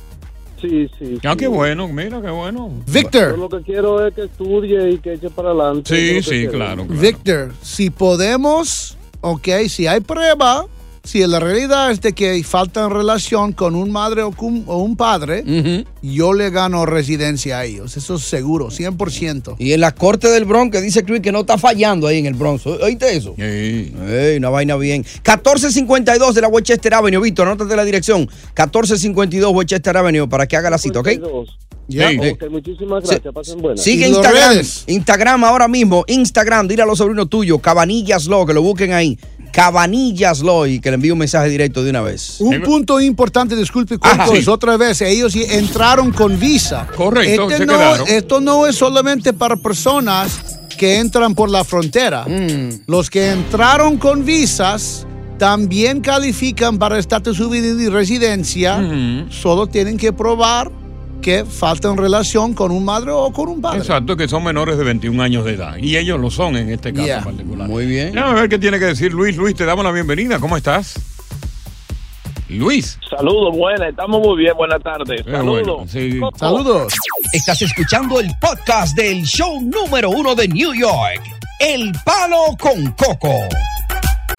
S8: sí, sí.
S7: Ah,
S8: sí.
S7: qué bueno, mira, qué bueno.
S8: Yo
S10: Victor,
S8: lo que quiero es que estudie y que eche para adelante.
S7: Sí,
S8: Eso es
S7: sí,
S8: lo que
S7: claro. claro.
S10: Victor, si podemos, ok, si hay prueba, si la realidad es de que falta en relación con un madre o, con- o un padre, yo le gano residencia a ellos, eso es seguro, 100%.
S4: Y en la corte del Bronx, que dice Chris que no está fallando ahí en el Bronx. ¿O- ¿Oíste eso?
S7: Sí.
S4: Ey, una vaina bien. 1452 de la Westchester Avenue, Víctor, anótate la dirección. 1452 Westchester Avenue para que haga la cita, ¿ok?
S8: 52.
S10: Ya.
S7: Sí.
S8: Ok, muchísimas gracias, pasen buenas.
S4: Sigue
S10: Y los
S4: Instagram.
S10: redes.
S4: Instagram ahora mismo. Instagram, dile a los sobrinos tuyos, Cabanillas Law, que lo busquen ahí. Cabanillas Law y que le envíe un mensaje directo de una vez.
S10: Un punto importante, disculpe, Coco,
S4: Ajá, sí.
S10: es otra vez, ellos sí entraron con visa.
S7: Correcto,
S10: Este
S7: se
S10: no,
S7: quedaron.
S10: esto no es solamente para personas que entran por la frontera. Los que entraron con visas también califican para estatus juvenil y residencia, solo tienen que probar que faltan relación con un madre o con un padre.
S7: Exacto, que son menores de 21 años de edad. Y ellos lo son en este caso
S10: Yeah.
S7: en particular.
S4: Muy bien.
S7: Déjame ver qué tiene que decir Luis. Luis, te damos la bienvenida. ¿Cómo estás? Luis.
S8: Saludos, buenas, estamos muy bien, buenas tardes.
S7: Eh, bueno,
S8: Saludos.
S7: sí.
S10: Saludos.
S9: Estás escuchando el podcast del show número uno de New York, El Palo con Coco.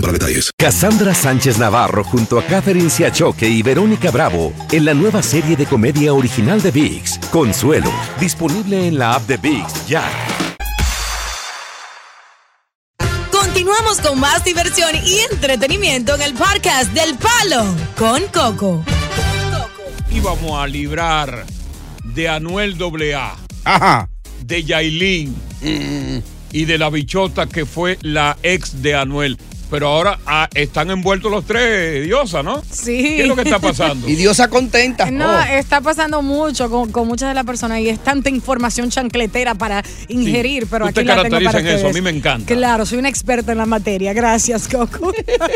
S12: para detalles.
S1: Cassandra Sánchez Navarro junto a Catherine Siachoque y Verónica Bravo en la nueva serie de comedia original de VIX, Consuelo, disponible en la app de VIX ya.
S5: Continuamos con más diversión y entretenimiento en el podcast del Palo con Coco.
S7: Íbamos a librar de Anuel AA,
S4: Ajá.
S7: de Yailin
S4: Mm.
S7: y de la bichota que fue la ex de Anuel. Pero ahora ah, están envueltos los tres, diosa, ¿no?
S13: Sí.
S7: ¿Qué es lo que está pasando?
S4: Y Diosa contenta.
S13: No, eh,
S4: Oh.
S13: está pasando mucho con, con muchas de las personas y es tanta información chancletera para ingerir, pero
S7: Usted
S13: aquí la tengo
S7: caracteriza
S13: para
S7: en eso,
S13: ustedes.
S7: a mí me encanta.
S13: Claro, soy una experta en la materia. Gracias, Coco.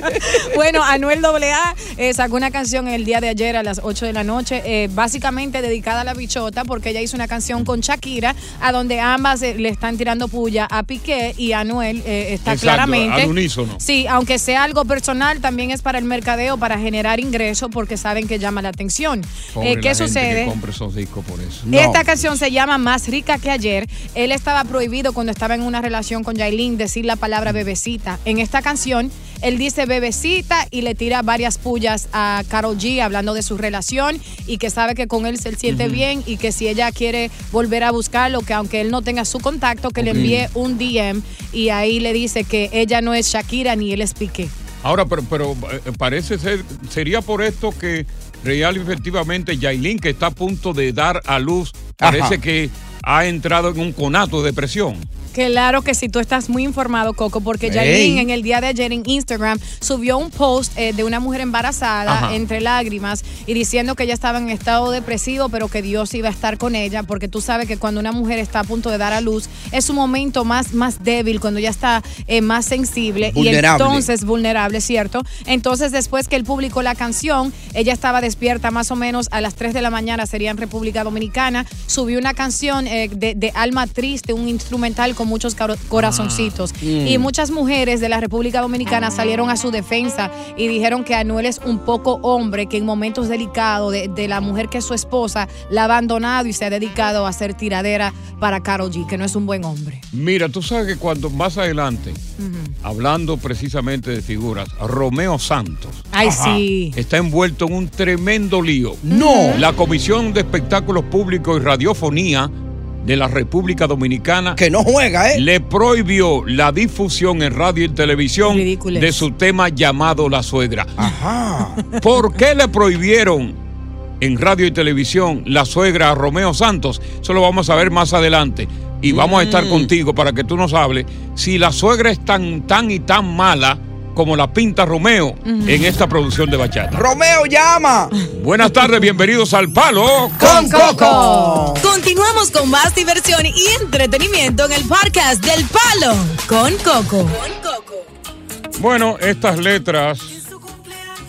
S13: bueno, Anuel AA eh, sacó una canción el día de ayer a las 8 de la noche, eh, básicamente dedicada a la bichota, porque ella hizo una canción con Shakira, a donde ambas eh, le están tirando puya a Piqué y Anuel eh, está
S7: Exacto,
S13: claramente.
S7: al unísono.
S13: Sí, aunque sea algo personal, también es para el mercadeo, para generar ingresos, porque saben que llama la atención.
S7: Pobre
S13: Eh, ¿Qué
S7: la gente
S13: sucede?
S7: Que compre esos discos por eso.
S13: Esta canción se llama Más rica que ayer. Él estaba prohibido cuando estaba en una relación con Yailin decir la palabra bebecita. En esta canción, él dice bebecita y le tira varias pullas a Carol G hablando de su relación y que sabe que con él se siente bien y que si ella quiere volver a buscarlo, que aunque él no tenga su contacto, que
S7: Ok.
S13: le envíe un DM y ahí le dice que ella no es Shakira ni él es Piqué.
S7: Ahora, pero, pero eh, parece ser, sería por esto que real y efectivamente Yailin, que está a punto de dar a luz, parece
S4: Ajá.
S7: que ha entrado en un conato de depresión.
S13: Claro que sí, tú estás muy informado, Coco, porque
S5: Ey.
S13: Yailin en el día de ayer en Instagram subió un post eh, de una mujer embarazada
S5: Ajá.
S13: entre lágrimas y diciendo que ella estaba en estado depresivo, pero que Dios iba a estar con ella, porque tú sabes que cuando una mujer está a punto de dar a luz es un momento más, más débil, cuando ya está eh, más sensible y
S5: Vulnerable.
S13: entonces es vulnerable, ¿cierto? Entonces, después que él publicó la canción, ella estaba despierta más o menos a las 3 de la mañana, sería en República Dominicana, subió una canción eh, de, de Alma Triste, un instrumental con muchos caro- corazoncitos.
S5: Mm.
S13: Y muchas mujeres de la República Dominicana salieron a su defensa y dijeron que Anuel es un poco hombre, que en momentos delicados de, de la mujer que es su esposa, la ha abandonado y se ha dedicado a hacer tiradera para Karol G, que no es un buen hombre.
S7: Mira, tú sabes que cuando más adelante, hablando precisamente de figuras, Romeo Santos.
S13: Ay, sí.
S7: Está envuelto en un tremendo lío.
S13: No.
S7: La Comisión de Espectáculos Públicos y Radiofonía de la República Dominicana.
S4: Que no juega, ¿eh?
S7: Le prohibió la difusión en radio y televisión
S13: Ridiculez.
S7: de su tema llamado La Suegra. ¿Por qué le prohibieron en radio y televisión la suegra a Romeo Santos? Eso lo vamos a ver más adelante. Y vamos a
S5: Mm.
S7: estar contigo para que tú nos hables si la suegra es tan, tan y tan mala como la pinta Romeo
S4: Ujú.
S7: en esta producción de bachata.
S4: Romeo llama.
S7: Buenas tardes, bienvenidos al Palo
S5: con Coco. Continuamos con más diversión y entretenimiento en el podcast del Palo con Coco.
S7: Bueno, estas letras,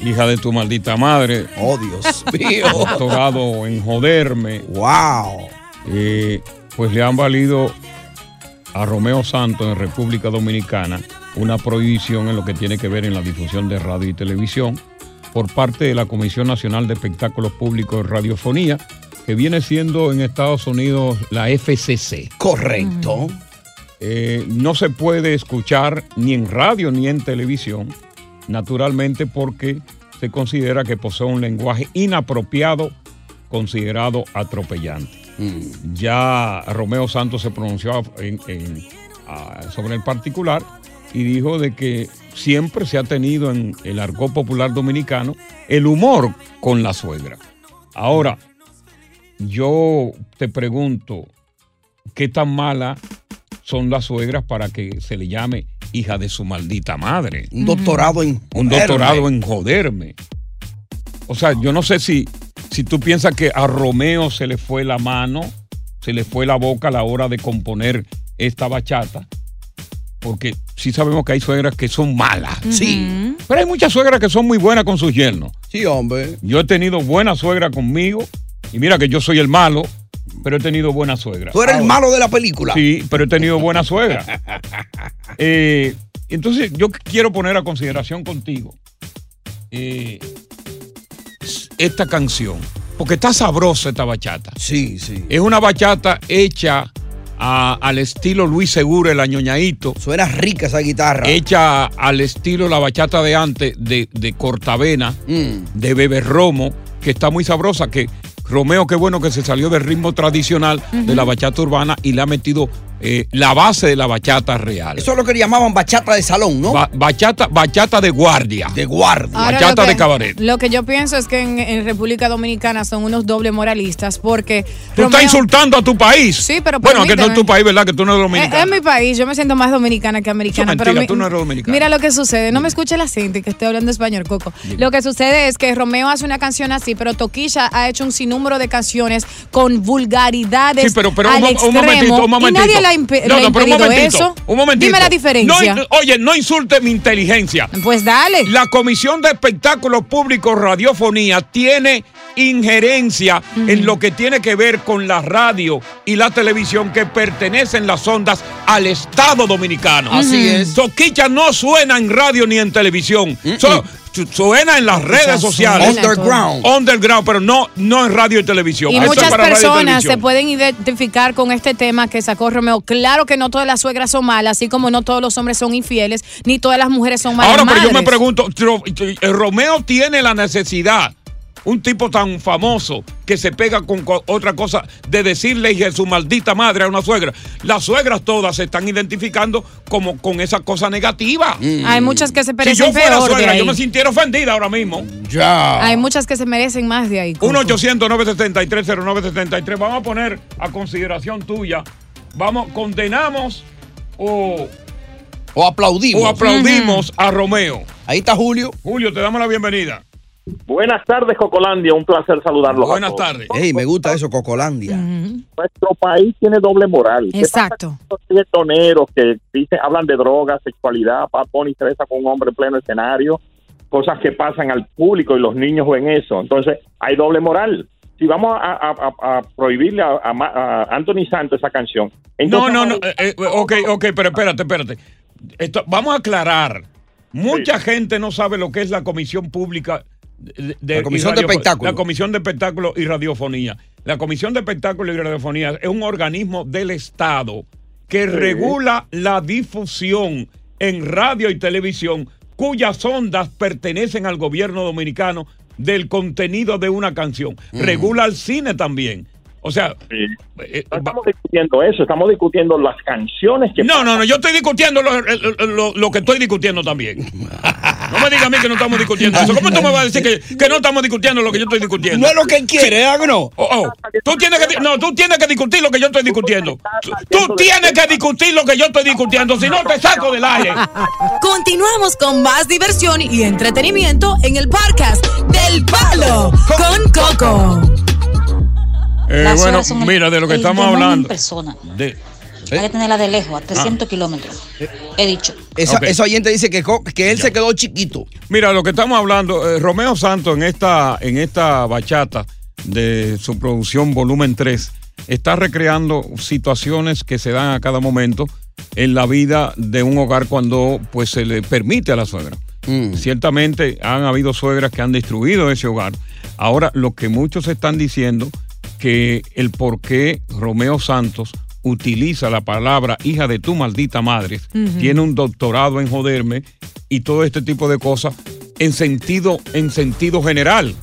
S7: hija de tu maldita madre.
S4: Oh, Dios mío.
S7: Doctorado en joderme.
S4: Wow.
S7: pues le han valido a Romeo Santos en República Dominicana una prohibición en lo que tiene que ver en la difusión de radio y televisión por parte de la Comisión Nacional de Espectáculos Públicos y Radiofonía, que viene siendo en Estados Unidos la FCC.
S4: Correcto.
S7: Eh, no se puede escuchar ni en radio ni en televisión, naturalmente porque se considera que posee un lenguaje inapropiado, considerado atropellante.
S14: Mm.
S7: Ya Romeo Santos se pronunció en- en- a- sobre el particular y dijo de que siempre se ha tenido en el argot popular dominicano el humor con la suegra. Ahora, yo te pregunto, ¿qué tan mala son las suegras para que se le llame hija de su maldita madre?
S4: Un doctorado en
S7: Un
S4: joderme.
S7: doctorado en joderme. O sea, yo no sé si, si tú piensas que a Romeo se le fue la mano, se le fue la boca a la hora de componer esta bachata. Porque sí sabemos que hay suegras que son malas.
S4: Sí.
S7: Pero hay muchas suegras que son muy buenas con sus yernos.
S4: Sí, hombre.
S7: Yo he tenido buena suegra conmigo. Y mira que yo soy el malo, pero he tenido buena suegra.
S4: Tú eres el malo de la película.
S7: Sí, pero he tenido buena suegra. Eh, entonces, yo quiero poner a consideración contigo eh, esta canción, porque está sabrosa esta bachata.
S4: Sí, sí.
S7: Es una bachata hecha a- al estilo Luis Segura, el añoñadito.
S4: Suena rica esa guitarra.
S7: Hecha al estilo la bachata de antes, de, de Cortavena, de Bebe Romo, que está muy sabrosa, que Romeo, qué bueno que se salió del ritmo tradicional de la bachata urbana y le ha metido eh, la base de la bachata real.
S4: Eso es lo que le llamaban bachata de salón, ¿no?
S7: Ba- bachata, bachata de guardia. De
S4: guardia.
S13: Ahora, lo
S7: bachata
S13: que-
S7: de cabaret.
S13: Lo que yo pienso es que en, en República Dominicana son unos doble moralistas porque.
S7: Tú
S13: Romeo-
S7: estás insultando a tu país.
S13: Sí, pero
S7: Bueno, que no es
S13: permíteme.
S7: tu país, ¿verdad? Que tú no eres
S13: Eh,
S7: dominicano.
S13: Es mi país, yo me siento más dominicana que americana.
S7: Eso es
S13: pero
S7: mentira,
S13: mi-
S7: tú no eres dominicana.
S13: Mira lo que sucede, no me escuche la gente que estoy hablando español, Coco. Lo que sucede es que Romeo hace una canción así, pero Toquilla ha hecho un sinnúmero de canciones con vulgaridades.
S7: Sí, pero, pero
S13: al
S7: un, mo- un
S13: extremo,
S7: momentito, un momentito.
S13: Y nadie la, impe-
S7: No,
S13: le ha
S7: no, pero un
S13: impedido
S7: momentito,
S13: eso.
S7: un momentito.
S13: Dime la diferencia.
S7: No, oye, no insulte mi inteligencia.
S13: Pues dale.
S7: La Comisión de Espectáculos Públicos Radiofonía tiene injerencia en lo que tiene que ver con la radio y la televisión que pertenecen las ondas al Estado Dominicano.
S4: Así Ujú. es.
S7: Toquicha no suena en radio ni en televisión. So- su- suena en las redes
S4: suena
S7: sociales.
S4: en todo. Underground.
S7: Underground, pero no, no en radio y televisión.
S13: Y
S7: Eso es
S13: muchas
S7: para radio y
S13: personas se
S7: televisión.
S13: pueden identificar con este tema que sacó Romeo. Claro que no todas las suegras son malas, así como no todos los hombres son infieles, ni todas las mujeres son malas.
S7: Ahora, pero yo me
S13: madres.
S7: pregunto, Tro- eh, Romeo tiene la necesidad, un tipo tan famoso que se pega con co- otra cosa, de decirle hija de su maldita madre a una suegra. Las suegras todas se están identificando como con esa cosa negativa.
S13: Mm. Hay muchas que se
S7: Si
S13: parecen
S7: yo fuera
S13: peor de
S7: suegra,
S13: ahí.
S7: yo me sintiera ofendida ahora mismo. Ya.
S13: Hay muchas que se merecen más de ahí.
S7: 1 800 973 0973 Vamos a poner a consideración tuya. Vamos, condenamos o,
S4: o aplaudimos.
S7: O aplaudimos a Romeo.
S4: Ahí está Julio.
S7: Julio, te damos la bienvenida.
S15: Buenas tardes, Cocolandia. Un placer saludarlos.
S7: Buenas tardes.
S4: Ey, me gusta eso, Cocolandia.
S15: Nuestro país tiene doble moral. ¿Qué pasa
S13: Exacto.
S15: con Los reggaetoneros que dicen, hablan de drogas, sexualidad, papón y treza con un hombre en pleno escenario, cosas que pasan al público y los niños ven eso. Entonces, hay doble moral. Si vamos a, a- a- a prohibirle a, a Ma- a Anthony Santos esa canción.
S7: No,
S15: entonces-
S7: no, no. eh, eh, ok, ok, pero espérate, espérate. Esto- vamos a aclarar. Mucha gente no sabe lo que es la comisión pública. De, de-
S4: La Comisión
S7: y
S4: de
S7: radio-
S4: Espectáculo.
S7: La comisión de espectáculo y radiofonía. La comisión de espectáculo y radiofonía es un organismo del Estado que regula la difusión en radio y televisión cuyas ondas pertenecen al gobierno dominicano del contenido de una canción.
S4: Mm.
S7: Regula el cine también. O sea, eh,
S15: No estamos discutiendo eso, estamos discutiendo las canciones que
S7: no, no, no, yo estoy discutiendo lo, lo- lo- lo que estoy discutiendo también. No me digas a mí que no estamos discutiendo eso. ¿Cómo tú me vas a decir que, que no estamos discutiendo lo que yo estoy discutiendo?
S4: No es lo que él quiere, ¿eh, Agno?
S7: Oh, oh. Tú tienes que, di- no, tú tienes que discutir lo que yo estoy discutiendo. Tú- Tú tienes que discutir lo que yo estoy discutiendo, si no te saco del aire.
S5: Continuamos con más diversión y entretenimiento en el podcast del Palo con Coco.
S7: Eh,
S16: Las
S7: bueno,
S16: horas son el-
S7: mira, de lo que
S16: el
S7: estamos
S16: demonio en
S7: hablando. Ah.
S16: persona.
S7: de-
S16: Hay que tenerla de lejos, a 300 kilómetros. He dicho.
S4: Esa,
S7: Ok.
S4: esa oyente dice que, co- que él se quedó chiquito.
S7: Mira, lo que estamos hablando, eh, Romeo Santos en esta, en esta bachata de su producción Volumen 3 está recreando situaciones que se dan a cada momento en la vida de un hogar cuando pues se le permite a la suegra.
S4: Mm.
S7: Ciertamente han habido suegras que han destruido ese hogar. Ahora, lo que muchos están diciendo que el por qué Romeo Santos utiliza la palabra hija de tu maldita madre,
S17: Ujú.
S7: tiene un doctorado en joderme y todo este tipo de cosas en sentido, en sentido general.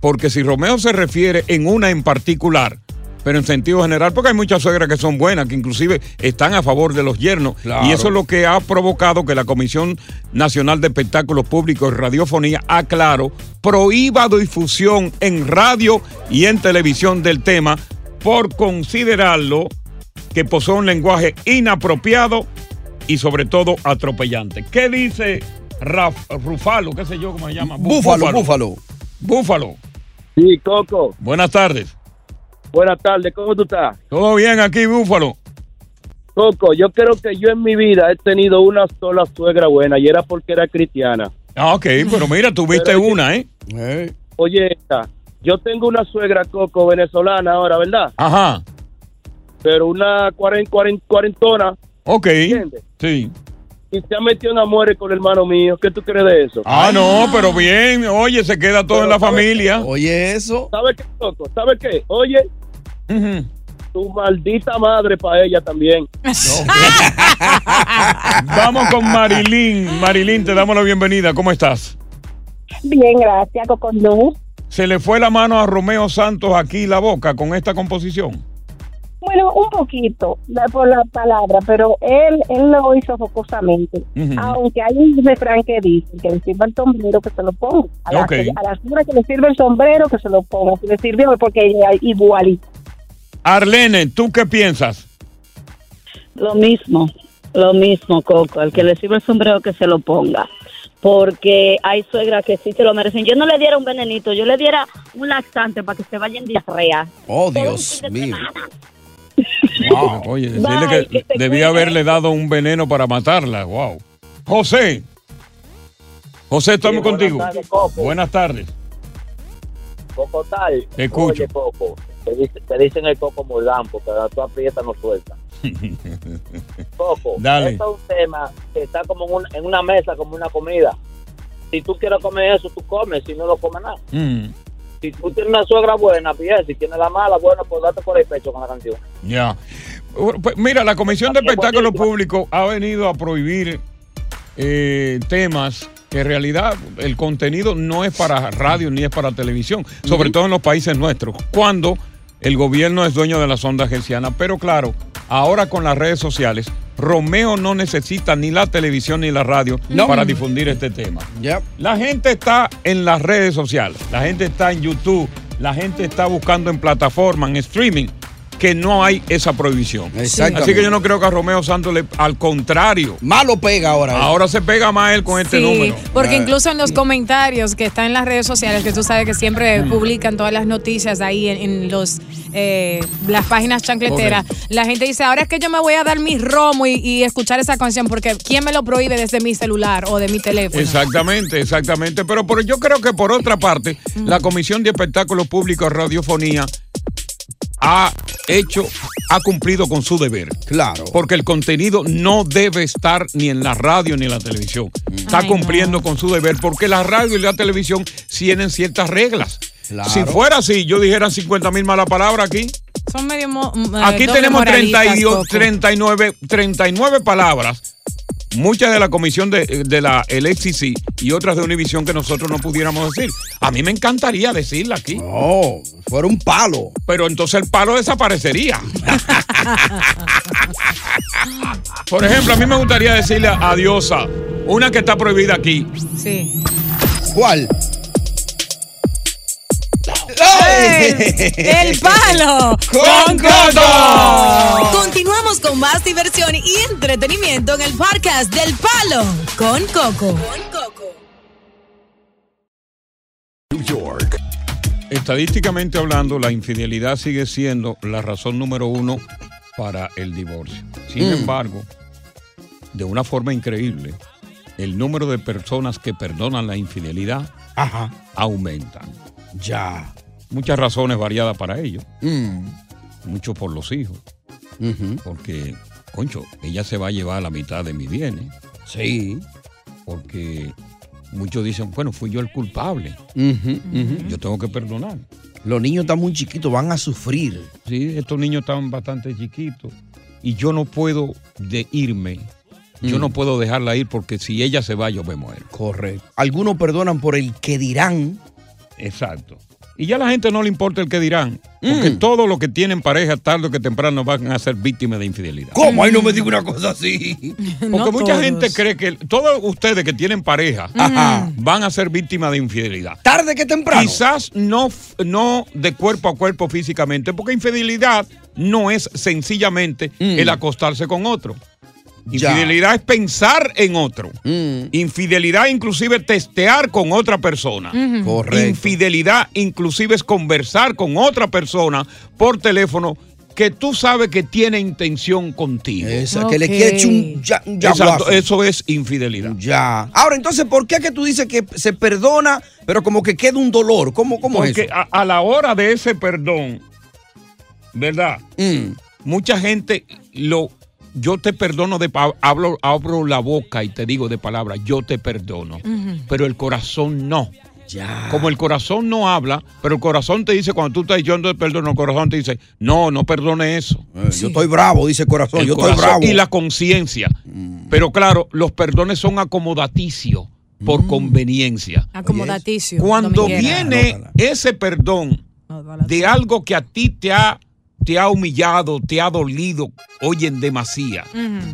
S7: Porque si Romeo se refiere en una en particular, pero en sentido general, porque hay muchas suegras que son buenas, que inclusive están a favor de los yernos.
S18: Claro.
S7: Y eso es lo que ha provocado que la Comisión Nacional de Espectáculos Públicos y Radiofonía, aclaro, prohíba difusión en radio y en televisión del tema por considerarlo que posee un lenguaje inapropiado y sobre todo atropellante. ¿Qué dice Raf- Rufalo? ¿Qué sé yo cómo se llama?
S4: Búfalo, búfalo.
S7: Búfalo.
S14: Sí, Coco.
S7: Buenas tardes.
S14: Buenas tardes, ¿cómo tú estás?
S7: Todo bien aquí, Búfalo.
S14: Coco, yo creo que yo en mi vida he tenido una sola suegra buena y era porque era cristiana.
S7: Ah, ok, pero mira, tuviste una, ¿eh?
S14: Oye, esta, yo tengo una suegra, Coco, venezolana ahora, ¿verdad?
S7: Ajá.
S14: Pero una cuaren, cuaren- cuarentona.
S7: Ok.
S14: ¿Entiendes?
S7: Sí.
S14: Y se ha metido en amores con el hermano mío. ¿Qué tú crees de eso?
S7: Ah, no, pero bien. Oye, se queda todo en la familia.
S4: Oye, eso.
S14: ¿Sabes qué, Coco? ¿Sabes qué? Oye, tu maldita madre para ella también.
S7: Vamos con Marilyn. Marilyn, te damos la bienvenida. ¿Cómo estás?
S11: Bien, gracias, Coco. No,
S7: ¿Se le fue la mano a Romeo Santos aquí la boca con esta composición?
S11: Bueno, un poquito la- por la palabra, pero él, él lo hizo jocosamente.
S7: Ujú.
S11: Aunque hay un refrán que dice que le sirva el sombrero que se lo ponga. A la,
S7: Ok.
S11: a la señora que le sirve el sombrero que se lo ponga. Si le sirvió porque ella es igualita.
S7: Arlene, ¿tú qué piensas?
S19: Lo mismo, lo mismo, Coco. El que le sirve el sombrero que se lo ponga. Porque hay suegras que sí se lo merecen. Yo no le diera un venenito, yo le diera un laxante para que se vaya en diarrea.
S4: Oh, Dios mío.
S7: Wow. Oye, decirle
S19: Bye,
S7: que,
S19: que te
S7: debía haberle dado un veneno para matarla. Wow. José. José, estamos
S14: Sí, buenas
S7: contigo.
S14: tardes, Coco.
S7: buenas tardes.
S14: Coco tal.
S7: Te escucho.
S14: Oye, Coco, te, dice- te dicen el Coco Mordán porque cuando tú aprietas no suelta. Coco,
S7: Dale.
S14: esto es un tema que está como en una, en una mesa, como una comida. Si tú quieres comer eso, tú comes, si no lo comes nada.
S7: Mm,
S14: Si tú tienes una suegra buena, bien. Si tienes la mala, bueno, pues date por el pecho con la canción.
S7: ya. Bueno, pues, mira, la Comisión de Espectáculos Públicos ha venido a prohibir eh, temas que en realidad el contenido no es para radio ni es para televisión, sobre todo en los países nuestros, cuando el gobierno es dueño de las ondas gercianas. Pero claro, ahora con las redes sociales, Romeo no necesita ni la televisión ni la radio para difundir este tema. La gente está en las redes sociales, la gente está en YouTube, la gente está buscando en plataforma, en streaming. que no hay esa prohibición.
S4: Exactamente.
S7: Así que yo no creo que a Romeo Santos le, al contrario.
S4: Malo pega ahora. ¿eh?
S7: Ahora se pega más él con este número.
S13: porque incluso en los comentarios que están en las redes sociales, que tú sabes que siempre publican todas las noticias ahí en, en los eh, las páginas chancleteras, la gente dice, ahora es que yo me voy a dar mi romo y, y escuchar esa canción, porque ¿quién me lo prohíbe desde mi celular o de mi teléfono?
S7: Exactamente, exactamente. Pero, pero yo creo que por otra parte, la Comisión de Espectáculos Públicos Radiofonía ha hecho, ha cumplido con su deber.
S4: Claro.
S7: Porque el contenido no debe estar ni en la radio ni en la televisión. Está
S4: Ay,
S7: cumpliendo con su deber porque la radio y la televisión tienen ciertas reglas.
S4: Claro.
S7: Si fuera así, yo dijera 50 mil malas palabras aquí.
S13: Son medio... mo- eh,
S7: Aquí
S13: doble
S7: tenemos
S13: moralistas,
S7: 32,
S13: Coco.
S7: 39, 39 palabras, muchas de la comisión de, de la LXC y otras de Univisión que nosotros no pudiéramos decir. A mí me encantaría decirla aquí.
S4: No, fuera un palo.
S7: Pero entonces el palo desaparecería. Por ejemplo, a mí me gustaría decirle a Diosa, una que está prohibida aquí.
S13: Sí.
S4: ¿Cuál?
S13: El palo
S5: con
S13: Coco.
S5: Continuamos con más diversión y entretenimiento en el podcast del palo con Coco.
S7: New York. Estadísticamente hablando, la infidelidad sigue siendo la razón número uno para el divorcio. Sin
S17: Mm.
S7: embargo, de una forma increíble, el número de personas que perdonan la infidelidad aumenta.
S4: Ya.
S7: Muchas razones variadas para ello.
S4: Mm,
S7: Mucho por los hijos. Porque, concho, ella se va a llevar la mitad de mis bienes.
S4: Sí.
S7: Porque muchos dicen, bueno, fui yo el culpable. Yo tengo que perdonar.
S4: Los niños están muy chiquitos, van a sufrir.
S7: Sí, estos niños están bastante chiquitos. Y yo no puedo de irme. Yo
S4: Mm.
S7: no puedo dejarla ir porque si ella se va, yo me muero.
S4: Correcto. Algunos perdonan por el que dirán.
S7: Exacto. Y ya a la gente no le importa el que dirán. Porque
S4: Mm.
S7: todo lo que tienen pareja, tarde o que temprano, van a ser víctimas de infidelidad.
S4: ¿Cómo? Ahí no me diga una cosa así.
S7: Porque mucha gente cree que todos ustedes que tienen pareja
S4: Ajá.
S7: van a ser víctimas de infidelidad.
S4: Tarde que temprano.
S7: Quizás no, f- no de cuerpo a cuerpo físicamente, porque infidelidad no es sencillamente el acostarse con otro.
S4: Mm. Ya. Mm.
S7: Infidelidad es pensar en otro. Infidelidad inclusive testear con otra persona.
S4: Ujú. Correcto.
S7: Infidelidad inclusive es conversar con otra persona por teléfono que tú sabes que tiene intención contigo.
S4: Esa, que le Ok. quiere echar un ya- un yaguazo.
S7: Exacto, eso es infidelidad.
S4: Ya. Ahora, entonces, ¿por qué que tú dices que se perdona, pero como que queda un dolor? ¿Cómo, cómo es
S7: Porque
S4: eso?
S7: a, a la hora de ese perdón, ¿verdad?
S4: Mm.
S7: Mucha gente lo. Yo te perdono de pa- hablo, abro la boca y te digo de palabra, yo te perdono. Pero el corazón no. Como el corazón no habla, pero el corazón te dice, cuando tú estás diciendo te perdono, el corazón te dice, no, no perdone eso.
S4: Eh, Yo estoy bravo, dice el corazón.
S7: El
S4: yo estoy
S7: corazón
S4: bravo. Mm.
S7: Y la conciencia. Pero claro, los perdones son acomodaticios
S4: Mm.
S7: por conveniencia.
S13: Acomodaticio.
S7: Cuando
S13: Ah, dominguera.
S7: viene ese perdón de algo que a ti te ha, te ha humillado, te ha dolido, oye, en demasía,
S13: Ujú.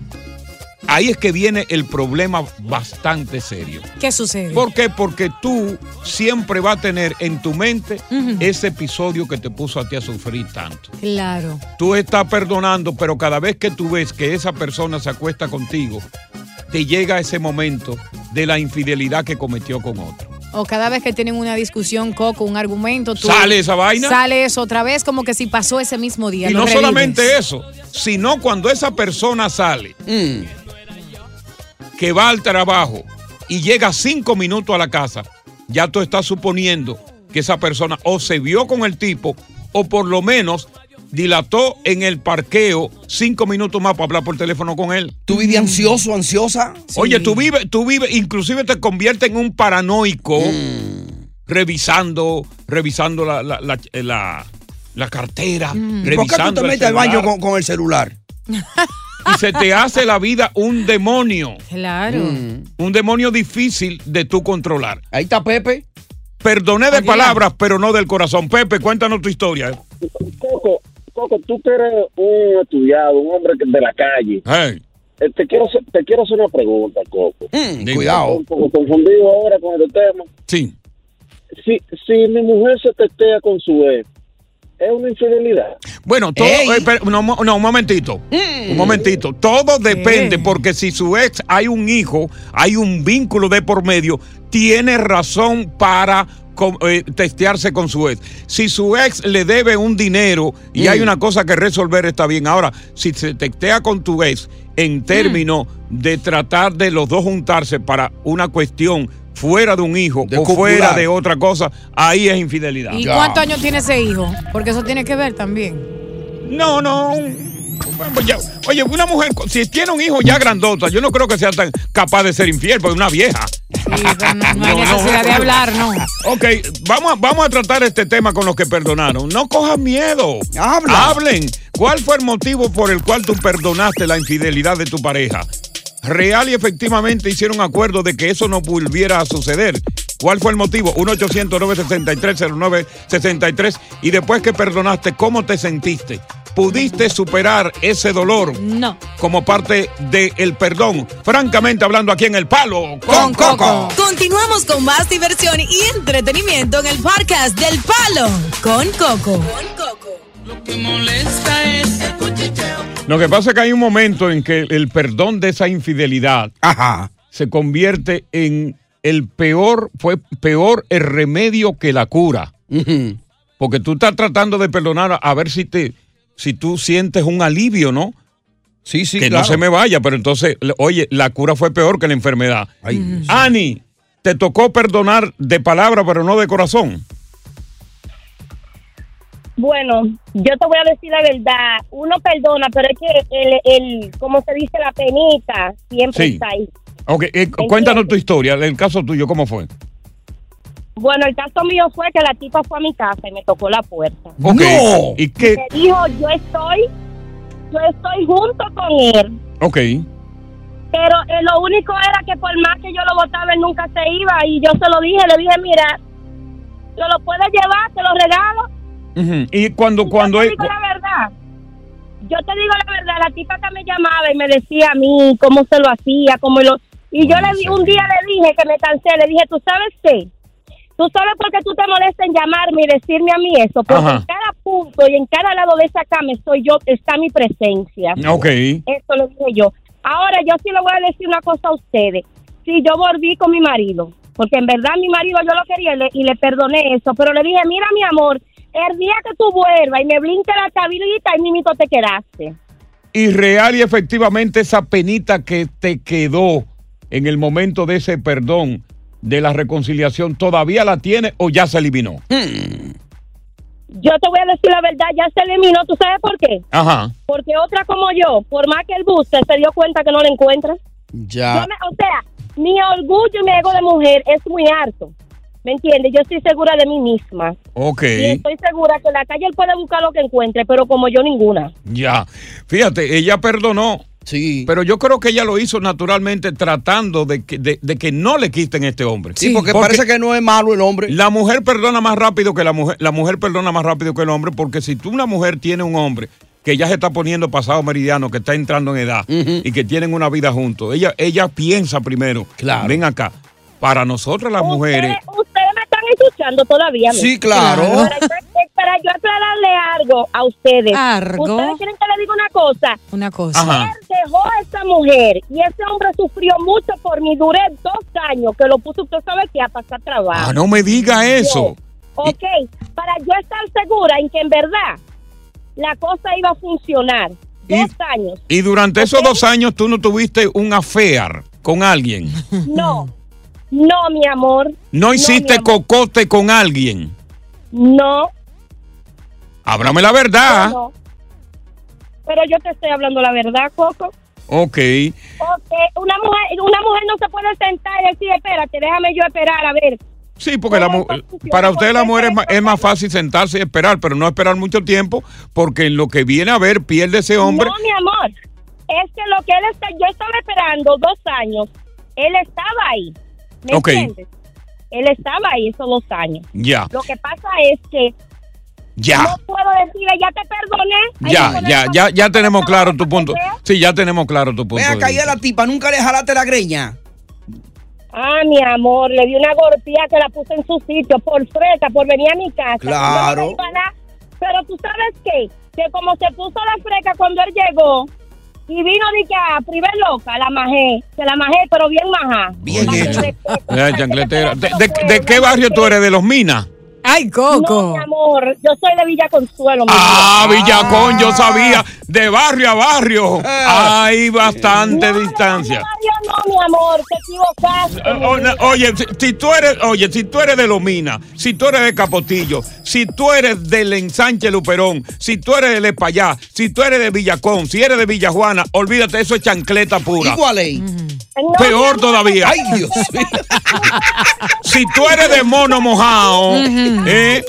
S7: ahí es que viene el problema bastante serio.
S13: ¿Qué sucede?
S7: ¿Por qué? Porque tú siempre vas a tener en tu mente ese episodio que te puso a ti a sufrir tanto.
S13: Claro.
S7: Tú estás perdonando, pero cada vez que tú ves que esa persona se acuesta contigo, te llega ese momento de la infidelidad que cometió con otro.
S13: O cada vez que tienen una discusión, Coco, un argumento. tú-
S7: ¿Sale esa vaina?
S13: Sale eso otra vez, como que si pasó ese mismo día.
S7: Y
S13: lo
S7: no
S13: revives.
S7: solamente eso, sino cuando esa persona sale,
S4: Mm.
S7: que va al trabajo y llega cinco minutos a la casa, ya tú estás suponiendo que esa persona o se vio con el tipo o por lo menos dilató en el parqueo cinco minutos más para hablar por teléfono con él.
S4: ¿Tú vives ansioso, ansiosa?
S7: Oye, tú vives, tú vives, inclusive te convierte en un paranoico
S4: Mm.
S7: revisando, revisando la, la- la- la- la cartera,
S4: ¿Y Mm. ¿Por qué tú
S7: Mm.
S4: te
S7: revisando. el
S4: metes al baño
S7: celular.
S4: con, con el celular?
S7: y se te hace Mm, la vida un demonio.
S13: Claro.
S7: Un demonio difícil de tú controlar.
S4: Ahí está Pepe.
S7: Perdoné de
S14: Aquí.
S7: palabras, pero no del corazón. Pepe, cuéntanos tu historia.
S14: Coco, Coco, tú que eres un estudiado, un hombre que- de la calle. Eh, te, quiero, hacer- te quiero hacer una pregunta, Coco.
S4: Mm, cuidado.
S14: Estoy un poco confundido ahora con el tema.
S7: Sí.
S14: Si, si mi mujer se testea con su ex, es una infidelidad.
S7: Bueno, todo, eh, pero- no, mo- no, un momentito. Un momentito. Todo depende, porque si su ex hay un hijo, hay un vínculo de por medio, tiene razón para co- eh, testearse con su ex. Si su ex le debe un dinero y hay una cosa que resolver, está bien. Ahora, si se textea con tu ex en términos de tratar de los dos juntarse para una cuestión fuera de un hijo o fuera
S4: copular.
S7: de otra cosa, ahí es infidelidad.
S13: ¿Y cuántos años tiene ese hijo? Porque eso tiene que ver también.
S7: No, no. Pues ya, oye, una mujer, si tiene un hijo ya grandota, yo no creo que sea tan capaz de ser infiel, porque es una vieja.
S13: No hay necesidad de hablar, no.
S7: Ok, vamos a, vamos a tratar este tema con los que perdonaron. No cojan miedo. Hablen. ¿Cuál fue el motivo por el cual tú perdonaste la infidelidad de tu pareja? Real y efectivamente hicieron acuerdo de que eso no volviera a suceder. ¿Cuál fue el motivo? 1-800-963-0963. Y después que perdonaste, ¿cómo te sentiste? ¿Pudiste superar ese dolor?
S13: No.
S7: Como parte del perdón. Francamente hablando aquí en El Palo con, Coco.
S5: Continuamos con más diversión y entretenimiento en el podcast del Palo con Coco.
S7: Lo que pasa es que hay un momento en que el perdón de esa infidelidad se convierte en el peor, fue peor el remedio que la cura. Porque tú estás tratando de perdonar a- a ver si te, si tú sientes un alivio, ¿no?
S4: Sí, sí,
S7: Que
S4: claro.
S7: no se me vaya, pero entonces, le- oye, la cura fue peor que la enfermedad. Ani, te tocó perdonar de palabra, pero no de corazón.
S17: Bueno, yo te voy a decir la verdad. Uno perdona, pero es que el, el como se dice, la penita siempre
S7: Sí.
S17: está ahí.
S7: Ok, eh, cuéntanos tu historia, el caso tuyo, ¿cómo fue?
S17: Bueno, el caso mío fue que la tipa fue a mi casa y me tocó la puerta.
S7: Ok, ¿Y qué?
S17: Me dijo, yo estoy, yo estoy junto con él.
S7: Ok.
S17: Pero eh, lo único era que por más que yo lo votaba, él nunca se iba. Y yo se lo dije, le dije, mira, te lo puedes llevar, te lo regalo.
S7: Ujú. Y cuando, cuando
S17: Yo
S7: es.
S17: te digo la verdad. Yo te digo la verdad, la tipa que me llamaba y me decía a mí cómo se lo hacía, cómo lo... Y yo le di, un día le dije que me cansé, le dije, ¿tú sabes qué? ¿Tú sabes por qué tú te molestas en llamarme y decirme a mí eso? Porque
S7: Ajá.
S17: en cada punto y en cada lado de esa cama estoy yo, está mi presencia.
S7: Ok.
S17: Eso lo dije yo. Ahora yo sí le voy a decir una cosa a ustedes. Sí, yo volví con mi marido, porque en verdad mi marido yo lo quería y le, y le perdoné eso, pero le dije, mira mi amor, el día que tú vuelvas y me blinque la tablita y mimito te quedaste.
S7: Y real y efectivamente esa penita que te quedó en el momento de ese perdón, de la reconciliación, ¿todavía la tiene o ya se eliminó?
S4: Hmm.
S17: Yo te voy a decir la verdad, ya se eliminó, ¿tú sabes por qué?
S7: Ajá.
S17: Porque otra como yo, por más que el buste se dio cuenta que no la encuentra. Yo
S4: Ya.
S17: me- o sea, mi orgullo y mi ego de mujer es muy harto. ¿Me entiendes? Yo estoy segura de mí misma.
S7: Ok.
S17: Y estoy segura que en la calle él puede buscar lo que encuentre, pero como yo ninguna.
S7: Ya. Fíjate, ella perdonó.
S4: Sí.
S7: Pero yo creo que ella lo hizo naturalmente tratando de que, de, de que no le quiten este hombre.
S4: Sí, porque parece que no es malo el hombre.
S7: La mujer perdona más rápido que la mujer, la mujer perdona más rápido que el hombre, porque si tú una mujer tiene un hombre que ya se está poniendo pasado meridiano, que está entrando en edad y que tienen una vida juntos, ella, ella piensa primero, ven acá, para nosotros las mujeres,
S17: Ustedes me están escuchando todavía. ¿no?
S7: Sí, claro.
S17: Para yo, para yo aclararle algo a ustedes. Ustedes quieren que le diga una cosa.
S13: Una cosa.
S17: Él dejó a esa mujer y ese hombre sufrió mucho por mí. Duré dos años que lo puso, usted sabe que a pasar trabajo.
S7: ah, no me diga eso.
S17: Ok, para yo estar segura en que en verdad la cosa iba a funcionar. Dos años.
S7: Y durante esos dos años tú no tuviste un affair con alguien,
S17: No, no, mi amor.
S7: no hiciste cocote con alguien.
S17: No,
S7: Háblame la verdad.
S17: no. Pero yo te estoy hablando la verdad, Coco.
S7: Ok.
S17: Ok, una mujer, una mujer no se puede sentar y decir, espérate, déjame yo esperar, a ver.
S7: Sí, porque la mu- para usted la mujer es ma- es más, fácil sentarse y esperar, pero no esperar mucho tiempo, porque en lo que viene a ver pierde ese hombre.
S17: No, mi amor, es que lo que él está, yo estaba esperando dos años, él estaba ahí, ¿me
S7: Ok.
S17: entiendes? Él estaba ahí esos dos años.
S7: Ya,
S17: Lo que pasa es que
S7: ya,
S17: no puedo decirle, ya te perdoné. Hay que
S7: ya,
S17: poner-
S7: ya, ya, ya tenemos claro tu punto. Sí, ya tenemos claro tu punto.
S4: Ven
S7: de
S4: acá, y a
S7: vista.
S4: la tipa, nunca le jalaste la greña.
S17: Ah, mi amor, le di una golpía que la puse en su sitio por fresa, por venir a mi casa. Yo
S4: Claro.
S17: no le iba a dar, Pero tú sabes qué, que como se puso la freca cuando él llegó y vino de que a primer loca, la majé, se la majé, pero bien majá.
S7: Bien hecho. chancletera. ¿De, de- de qué barrio tú eres? ¿De los Minas?
S13: Ay,
S17: No, mi amor, yo soy de Villa Consuelo. mi
S7: Ah,
S17: amor.
S7: Villacón, yo sabía. De barrio a barrio.
S4: Ah.
S7: Hay bastante distancia.
S17: Yo no, mi amor, te equivocaste.
S7: O- na- Oye, si, si tú eres, oye, si tú eres de Lomina, si tú eres de Capotillo, si tú eres del ensanche Luperón, si tú eres del Espallá, si tú eres de Villacón, si eres de Villajuana, olvídate, eso es chancleta pura.
S4: Igual ahí.
S7: Peor todavía. Ay, Dios Si tú eres de mono mojado,
S6: Ujú.
S7: ¿eh?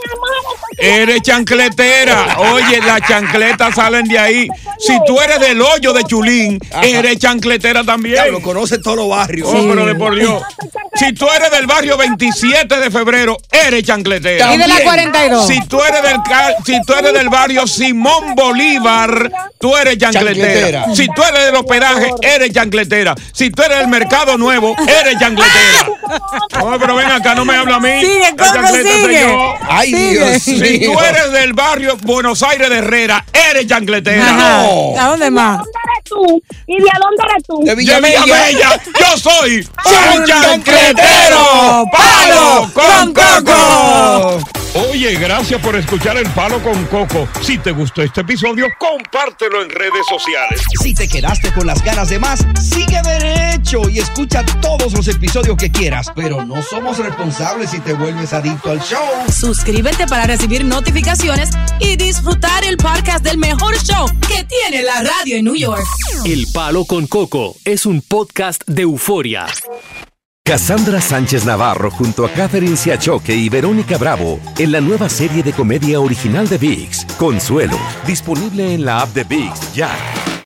S7: eres chancletera. Oye, las chancletas salen de ahí. Si tú eres del hoyo de Chulín, eres chancletera también.
S4: lo conoce todos los barrios.
S7: Oh, pero de por Dios. Si tú eres del barrio 27 de febrero, eres chancletera.
S13: Y de la 42.
S7: Si tú eres del, ca- si tú eres del barrio Simón Bolívar, tú eres chancletera.
S6: Chancletera.
S7: Si tú eres del hospedaje, eres chancletera. Si tú eres del mercado nuevo, eres chancletera. No, pero ven acá, no me habla a mí.
S6: Sigue,
S7: La
S6: Coco,
S7: chancleta soy
S6: sigue.
S7: yo.
S6: Ay, Dios
S7: Si
S6: mío.
S7: tú eres del barrio Buenos Aires de Herrera, eres chancletera. No.
S13: ¿A dónde más?
S17: ¿Dónde eres tú? ¿Y de dónde eres tú?
S7: De Villamella, yo soy un chancletero. ¡Palo con coco! Oye, gracias por escuchar el Palo con Coco. Si te gustó este episodio, compártelo en redes sociales.
S4: Si te quedaste con las ganas de más, sigue derecho y escucha todos los episodios que quieras. Pero no somos responsables si te vuelves adicto al show.
S5: Suscríbete para recibir notificaciones y disfrutar el podcast del mejor show que tiene la radio en New York.
S2: El Palo con Coco es un podcast de euforia.
S1: Cassandra Sánchez Navarro junto a Catherine Siachoque y Verónica Bravo en la nueva serie de comedia original de Vix, Consuelo, disponible en la app de Vix ya.